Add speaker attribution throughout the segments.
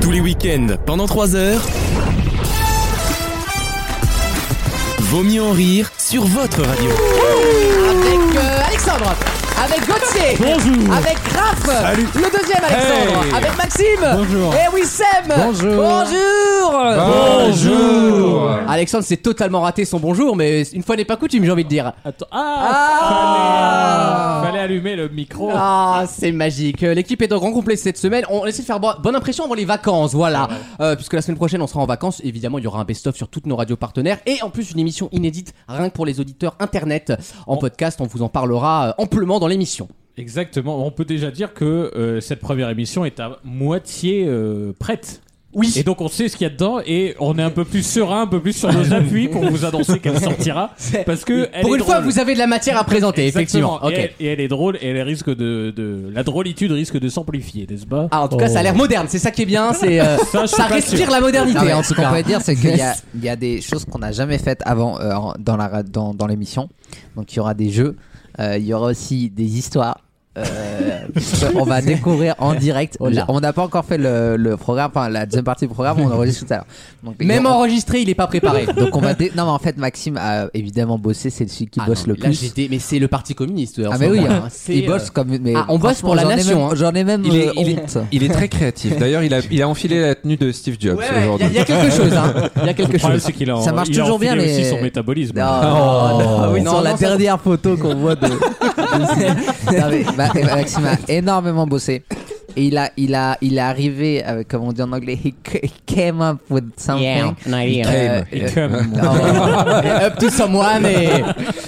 Speaker 1: Tous les week-ends, pendant 3 heures. Vaut mieux en rire sur votre radio.
Speaker 2: Avec euh, Alexandre, avec Gauthier,
Speaker 3: Bonjour.
Speaker 2: avec Raph,
Speaker 3: Salut.
Speaker 2: le deuxième Alexandre,
Speaker 3: Hey.
Speaker 2: avec Maxime,
Speaker 3: Bonjour.
Speaker 2: et Wissem.
Speaker 3: Bonjour.
Speaker 2: Bonjour.
Speaker 3: Bonjour
Speaker 2: Alexandre s'est totalement raté son bonjour, mais une fois n'est pas coutume, j'ai envie de dire.
Speaker 3: Attends,
Speaker 2: Ah.
Speaker 3: ah, fallait, fallait allumer le micro.
Speaker 2: Ah, c'est magique. Euh, L'équipe est en grand complet cette semaine. On essaie de faire bo- bonne impression avant les vacances, voilà. Euh, puisque la semaine prochaine, on sera en vacances. Évidemment, il y aura un best-of sur toutes nos radios partenaires. Et en plus, une émission inédite, rien que pour les auditeurs internet. En podcast, on vous en parlera euh, amplement dans l'émission.
Speaker 3: Exactement, on peut déjà dire que euh, cette première émission est à moitié euh, prête.
Speaker 2: Oui.
Speaker 3: Et donc on sait ce qu'il y a dedans et on est un peu plus serein, un peu plus sur nos appuis pour vous annoncer qu'elle sortira. Parce que elle
Speaker 2: Pour
Speaker 3: est
Speaker 2: une fois,
Speaker 3: drôle.
Speaker 2: vous avez de la matière à présenter,
Speaker 3: Exactement.
Speaker 2: effectivement. Ok.
Speaker 3: Et, elle, et elle est drôle et elle risque de, de- la drôlitude risque de s'amplifier, n'est-ce pas Oh.
Speaker 2: Ah, en tout cas, ça a l'air moderne. C'est ça qui est bien. C'est euh,
Speaker 3: Ça, je suis
Speaker 2: ça
Speaker 3: pas
Speaker 2: respire
Speaker 3: sûr.
Speaker 2: la modernité,
Speaker 4: Oh. Non, mais
Speaker 2: en
Speaker 4: ce
Speaker 2: tout
Speaker 4: qu'on
Speaker 2: cas.
Speaker 4: peut dire, c'est qu'il y a- il y, a des choses qu'on n'a jamais faites avant euh, en- dans la ra- dans, dans l'émission. Donc il y aura des jeux, euh, il y aura aussi des histoires. euh, on va découvrir en direct.
Speaker 2: Oh là.
Speaker 4: On n'a pas encore fait le, le programme, enfin la deuxième partie du programme, on enregistre tout à l'heure. Donc,
Speaker 2: Même
Speaker 4: on-
Speaker 2: enregistré, il est pas préparé.
Speaker 4: Donc on va. dé- Non mais en fait Maxime a évidemment bossé, c'est celui qui
Speaker 2: Ah
Speaker 4: bosse
Speaker 2: non,
Speaker 4: le
Speaker 2: là,
Speaker 4: plus.
Speaker 2: j'ai des- mais c'est le parti communiste. en
Speaker 4: Ah
Speaker 2: ce
Speaker 4: mais oui,
Speaker 2: moment,
Speaker 4: hein.
Speaker 2: hein. C'est,
Speaker 4: il
Speaker 2: euh,
Speaker 4: bosse comme. mais
Speaker 2: ah, on bosse
Speaker 4: franchement,
Speaker 2: pour la
Speaker 4: j'en ai
Speaker 2: nation,
Speaker 4: même-
Speaker 2: hein.
Speaker 4: J'en ai même
Speaker 2: Il est-
Speaker 4: euh,
Speaker 2: il est-
Speaker 4: honte.
Speaker 5: Il est très créatif. D'ailleurs, il a, il a enfilé la tenue de Steve Jobs
Speaker 2: Ouais, ouais, il y, a-
Speaker 5: aujourd'hui.
Speaker 2: il y a quelque chose. hein. Il y a
Speaker 3: Le
Speaker 2: quelque
Speaker 3: problème,
Speaker 2: chose.
Speaker 3: c'est qu'il a,
Speaker 4: Ça marche
Speaker 3: il a
Speaker 4: toujours bien,
Speaker 3: enfilé aussi
Speaker 4: les-
Speaker 3: son métabolisme.
Speaker 4: Non,
Speaker 2: Ah oui, non,
Speaker 4: sur la
Speaker 2: non, ça-
Speaker 4: dernière photo qu'on voit de. Non, mais, bah, eh, bah, Maxime a énormément bossé. Et il a, il a, il est arrivé avec, comme on dit en anglais, he c- came up with something.
Speaker 2: Yeah, no idea.
Speaker 4: Euh,
Speaker 3: Et
Speaker 4: euh,
Speaker 3: comme-
Speaker 2: Up to someone et.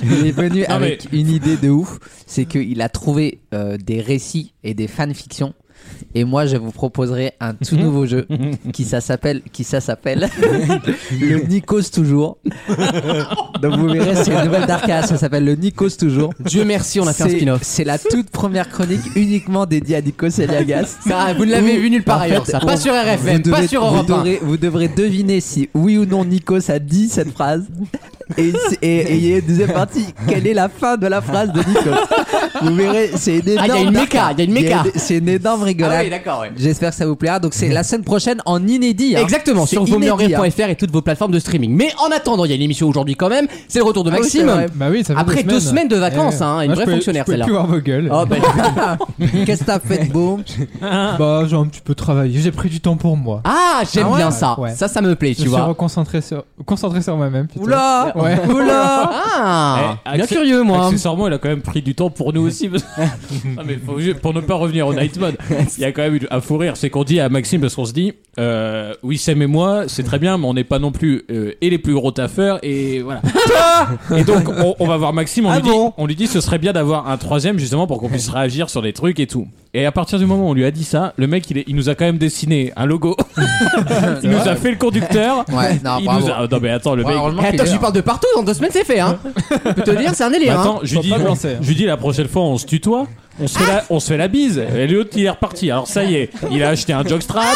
Speaker 4: il est venu avec
Speaker 3: mais-
Speaker 4: une idée de ouf, c'est qu'il a trouvé euh, des récits et des fanfictions. Et moi, je vous proposerai un tout nouveau jeu qui ça s'appelle, qui ça s'appelle, le Nikos toujours. Donc vous verrez, c'est une nouvelle d'Arca, ça s'appelle le Nikos toujours.
Speaker 2: Dieu merci, on a fait un
Speaker 4: C'est-
Speaker 2: spin-off.
Speaker 4: C'est la toute première chronique uniquement dédiée à Nikos Eliagas.
Speaker 2: Ça, Ah, vous ne l'avez
Speaker 4: Où,
Speaker 2: vu nulle part
Speaker 4: en
Speaker 2: ailleurs,
Speaker 4: fait,
Speaker 2: ça.
Speaker 4: on-
Speaker 2: Pas sur RFM,
Speaker 4: vous
Speaker 2: pas
Speaker 4: devrez-
Speaker 2: sur
Speaker 4: vous
Speaker 2: Europe 1.
Speaker 4: devrez, vous devrez deviner si oui ou non Nikos a dit cette phrase. Et, c'est- et, et il y a une deuxième partie. Quelle est la fin de la phrase de Nikos Vous verrez, c'est une énorme.
Speaker 2: Ah, il y a une méca,
Speaker 4: darka.
Speaker 2: il y a une
Speaker 4: Il y a
Speaker 2: méca.
Speaker 4: une- C'est une énorme rigolade.
Speaker 2: Ah oui, d'accord, ouais.
Speaker 4: J'espère que ça vous plaira. Donc c'est la semaine prochaine en inédit. hein.
Speaker 2: Exactement,
Speaker 4: C'est
Speaker 2: sur
Speaker 4: inédit, hein.
Speaker 2: vosmieuxenrire.fr et toutes vos plateformes de streaming. Mais en attendant, il y a une émission aujourd'hui quand même. C'est le retour de
Speaker 4: Ah oui,
Speaker 2: Maxime.
Speaker 4: c'est vrai.
Speaker 6: Bah oui, ça fait Eh
Speaker 2: Après deux semaines de vacances, hein, une
Speaker 6: Moi, je
Speaker 2: vraie
Speaker 6: pouvais-
Speaker 2: fonctionnaire,
Speaker 6: je pouvais
Speaker 2: celle-là.
Speaker 6: plus voir vos gueules.
Speaker 2: Oh, bah,
Speaker 4: hein. Qu'est-ce que t'as fait de beau
Speaker 6: Bah, j'ai un petit peu travaillé, j'ai pris du temps pour moi.
Speaker 2: ah, j'aime
Speaker 6: Ah ouais
Speaker 2: bien ça.
Speaker 6: Ouais.
Speaker 2: Ça, ça me plaît,
Speaker 6: je
Speaker 2: tu
Speaker 6: suis
Speaker 2: vois.
Speaker 6: reconcentré sur, concentré sur moi-même. putain.
Speaker 4: Oula
Speaker 6: Ouais.
Speaker 4: Oula
Speaker 2: Ah,
Speaker 3: Eh,
Speaker 2: bien
Speaker 3: accé-
Speaker 2: curieux,
Speaker 4: hein.
Speaker 2: moi.
Speaker 3: Accessoirement, il a quand même pris du temps pour nous aussi. parce- Non, mais faut juste- pour ne pas revenir au Night Mode, il y a quand même eu à fou rire. C'est qu'on dit à Maxime, parce qu'on se dit, euh, Wissem et moi, c'est très bien, mais on n'est pas non plus euh, et les plus gros taffeurs. Et voilà. et donc, on, on va voir Maxime, on,
Speaker 4: Ah
Speaker 3: lui dit, on lui dit ce serait bien d'avoir un troisième, justement, pour qu'on puisse réagir sur les trucs et tout. Et à partir du moment où on lui a dit ça, le mec, il, est- il nous a quand même dessiné un logo. il nous a fait le conducteur.
Speaker 4: Ouais, non,
Speaker 3: il
Speaker 4: bravo.
Speaker 3: nous a... ah, Non, mais attends, le
Speaker 4: Ouais,
Speaker 3: mec.
Speaker 4: heureusement
Speaker 2: Eh,
Speaker 4: qu'il
Speaker 2: Attends,
Speaker 4: est
Speaker 2: je
Speaker 4: là.
Speaker 2: lui parle de partout, dans deux semaines c'est fait, hein. Je peux te le dire, c'est un délire,
Speaker 3: Bah, Attends,
Speaker 2: hein.
Speaker 3: je lui dis,
Speaker 6: pas
Speaker 3: on-
Speaker 6: commencer, hein.
Speaker 3: je lui dis la prochaine fois on se tutoie, on se fait, la, on se fait la bise. Et l'autre il est reparti. Alors ça y est, il a acheté un jockstrap.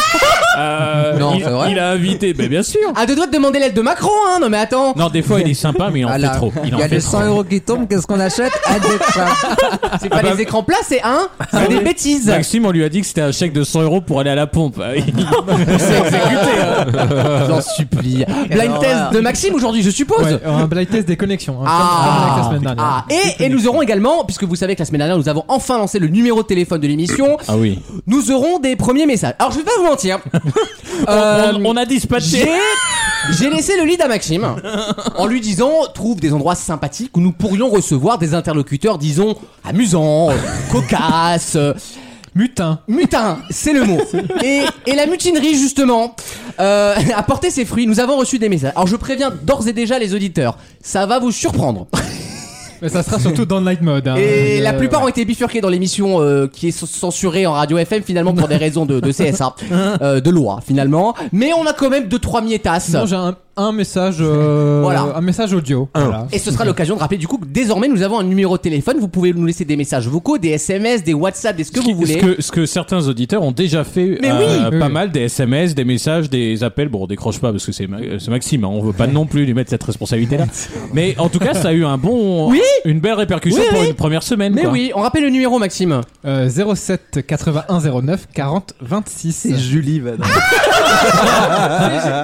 Speaker 3: euh,
Speaker 4: Non,
Speaker 3: il,
Speaker 4: c'est vrai
Speaker 3: il a invité, mais bien sûr.
Speaker 2: À deux doigts de demander l'aide de Macron, hein. Non, mais attends.
Speaker 3: Non, des fois il est sympa, mais il en
Speaker 4: Ah
Speaker 3: fait
Speaker 4: là,
Speaker 3: trop. Il
Speaker 4: Il
Speaker 3: en
Speaker 4: y a
Speaker 3: fait
Speaker 4: les
Speaker 3: trop.
Speaker 4: 100 euros qui tombent, qu'est-ce qu'on achète Ah, des pains.
Speaker 2: C'est pas les écrans plats, c'est un. C'est des bêtises.
Speaker 3: Maxime, on lui a dit que c'était un chèque de 100 euros pour aller à la pompe. Il s'est exécuté. hein.
Speaker 2: J'en supplie. Blind
Speaker 4: horreur.
Speaker 2: test de Maxime aujourd'hui, je suppose.
Speaker 6: Ouais, un blind test des connexions. hein,
Speaker 2: Ah.
Speaker 6: comme- comme la semaine dernière.
Speaker 2: Ah, et, et nous aurons également, puisque vous savez que la semaine dernière, nous avons enfin lancé le numéro de téléphone de l'émission,
Speaker 3: Ah oui.
Speaker 2: nous aurons des premiers messages. Alors, je vais pas vous mentir.
Speaker 3: On,
Speaker 2: Euh,
Speaker 3: on- on a dispatché.
Speaker 2: j'ai, j'ai laissé le lead à Maxime en lui disant trouve des endroits sympathiques où nous pourrions recevoir des interlocuteurs, disons, amusants, euh, cocasses. euh,
Speaker 6: Mutin.
Speaker 2: Mutin, c'est le mot. Et, et la mutinerie, justement, euh, a porté ses fruits. Nous avons reçu des messages. Alors, je préviens d'ores et déjà les auditeurs, ça va vous surprendre.
Speaker 6: Mais ça sera surtout dans le night mode. hein.
Speaker 2: Et
Speaker 6: Euh,
Speaker 2: la plupart
Speaker 6: ouais.
Speaker 2: ont été bifurqués dans l'émission euh, qui est censurée en radio FM finalement pour des raisons de, de CSA, euh, de loi finalement. Mais on a quand même deux trois miétasses.
Speaker 6: Sinon, j'ai un, un message, euh,
Speaker 2: Voilà.
Speaker 6: un message audio. Voilà.
Speaker 2: Et ce sera l'occasion de rappeler du coup que désormais nous avons un numéro de téléphone. Vous pouvez nous laisser des messages vocaux, des SMS, des WhatsApp, des ce que
Speaker 3: Ce qui-
Speaker 2: vous voulez.
Speaker 3: Ce que, ce que certains auditeurs ont déjà fait
Speaker 2: Mais
Speaker 3: euh,
Speaker 6: oui
Speaker 3: pas
Speaker 6: Oui.
Speaker 3: mal, des SMS, des messages, des appels. Bon, on décroche pas parce que c'est Ma- euh, c'est Maxime, hein, on veut pas non plus lui mettre cette responsabilité-là. Mais en tout cas, ça a eu un bon,
Speaker 2: Oui
Speaker 3: une belle répercussion
Speaker 2: Oui,
Speaker 3: pour
Speaker 2: oui.
Speaker 3: une première semaine.
Speaker 2: Mais
Speaker 3: quoi.
Speaker 2: oui, on rappelle le numéro, Maxime.
Speaker 6: Euh, 07 81 09 40 26.
Speaker 4: Julie, va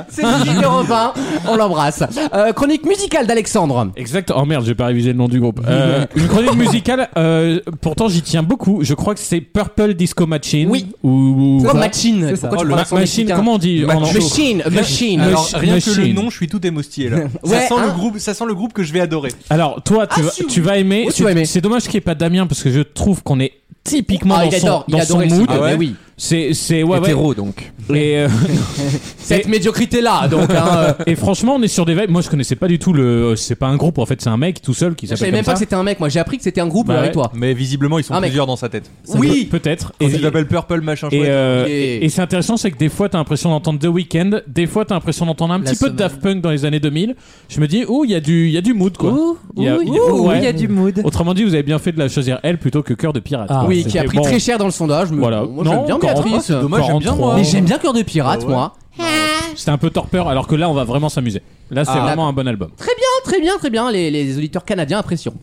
Speaker 2: C'est Gilles Europe 1. On l'embrasse. Euh, chronique musicale d'Alexandre.
Speaker 3: Exact. Oh merde, j'ai pas révisé le nom du groupe. Euh, une chronique musicale. euh, pourtant, j'y tiens beaucoup. Je crois que c'est Purple Disco Machine.
Speaker 2: Oui.
Speaker 3: Ou,
Speaker 2: Pourquoi
Speaker 3: ou-
Speaker 2: machine
Speaker 6: c'est ça.
Speaker 2: Pourquoi
Speaker 3: Oh,
Speaker 2: tu
Speaker 3: le
Speaker 2: prends
Speaker 3: Ma-
Speaker 2: l'accent
Speaker 3: machine.
Speaker 2: mexicain
Speaker 3: Comment on dit en-
Speaker 2: Machine, machine.
Speaker 7: Alors,
Speaker 3: Machine.
Speaker 7: rien que le
Speaker 3: Machine.
Speaker 7: nom, je suis tout émoustillé là.
Speaker 2: Ouais,
Speaker 7: ça, sent
Speaker 2: hein.
Speaker 7: le groupe, ça sent le groupe que je vais adorer.
Speaker 3: Alors, toi, tu,
Speaker 2: Ah,
Speaker 3: vas,
Speaker 2: si, oui.
Speaker 3: tu vas aimer.
Speaker 2: Oui, tu
Speaker 3: C'est-
Speaker 2: vas aimer.
Speaker 3: C'est dommage qu'il n'y ait pas Damien parce que je trouve qu'on est typiquement
Speaker 2: Ah,
Speaker 3: dans
Speaker 2: il
Speaker 3: son,
Speaker 2: adore, il
Speaker 3: dans
Speaker 2: adore
Speaker 3: son
Speaker 2: le
Speaker 3: mood. Ah
Speaker 2: style, mais oui.
Speaker 3: C'est c'est ouais, ouais.
Speaker 5: Hétéro donc.
Speaker 3: Et, euh,
Speaker 2: Cette médiocrité là, donc. Hein, euh,
Speaker 3: et franchement, on est sur des vibes. Moi, je connaissais pas du tout le. C'est pas un groupe en fait, c'est un mec tout seul qui
Speaker 2: je savais
Speaker 3: s'appelle
Speaker 2: même
Speaker 3: comme
Speaker 2: pas que
Speaker 3: ça.
Speaker 2: c'était un mec. Moi, j'ai appris que c'était un groupe
Speaker 3: Bah
Speaker 2: avec
Speaker 3: ouais.
Speaker 2: toi.
Speaker 7: Mais visiblement, ils sont
Speaker 2: Ah, mec.
Speaker 7: plusieurs dans sa tête.
Speaker 3: Ça
Speaker 2: Oui.
Speaker 3: peut- peut-être.
Speaker 7: Quand
Speaker 3: Et-
Speaker 7: il s'appelle Purple machin
Speaker 3: Et,
Speaker 7: chouette.
Speaker 3: euh,
Speaker 2: Il est-
Speaker 3: et c'est intéressant, c'est que des fois, t'as l'impression d'entendre The Weeknd, des fois, t'as l'impression d'entendre un
Speaker 4: La
Speaker 3: petit peu de
Speaker 4: semaine.
Speaker 3: Daft Punk dans les années 2000. Je me dis, oh, il y a du, il y a du mood, quoi.
Speaker 4: Ouh,
Speaker 3: Il y a-
Speaker 4: ouh,
Speaker 3: il
Speaker 4: il
Speaker 3: y a- ouais.
Speaker 4: y a du mood.
Speaker 3: Autrement dit, vous avez bien fait de la choisir elle plutôt que Cœur de Pirate. quoi.
Speaker 2: Ah oui,
Speaker 3: Ah, C'était
Speaker 2: qui a pris
Speaker 3: bon.
Speaker 2: très cher dans le sondage. Mais
Speaker 3: Voilà.
Speaker 2: Moi,
Speaker 3: Non,
Speaker 2: j'aime bien
Speaker 3: 43,
Speaker 2: Béatrice.
Speaker 3: c'est dommage, j'aime bien, moi.
Speaker 2: Mais j'aime bien Cœur de Pirate,
Speaker 7: Ah ouais.
Speaker 2: moi.
Speaker 3: C'était un peu torpeur, alors que là, on va vraiment s'amuser. Là, c'est
Speaker 2: Ah.
Speaker 3: vraiment un bon album.
Speaker 2: Ah, très bien, très bien. Les, les auditeurs canadiens apprécient.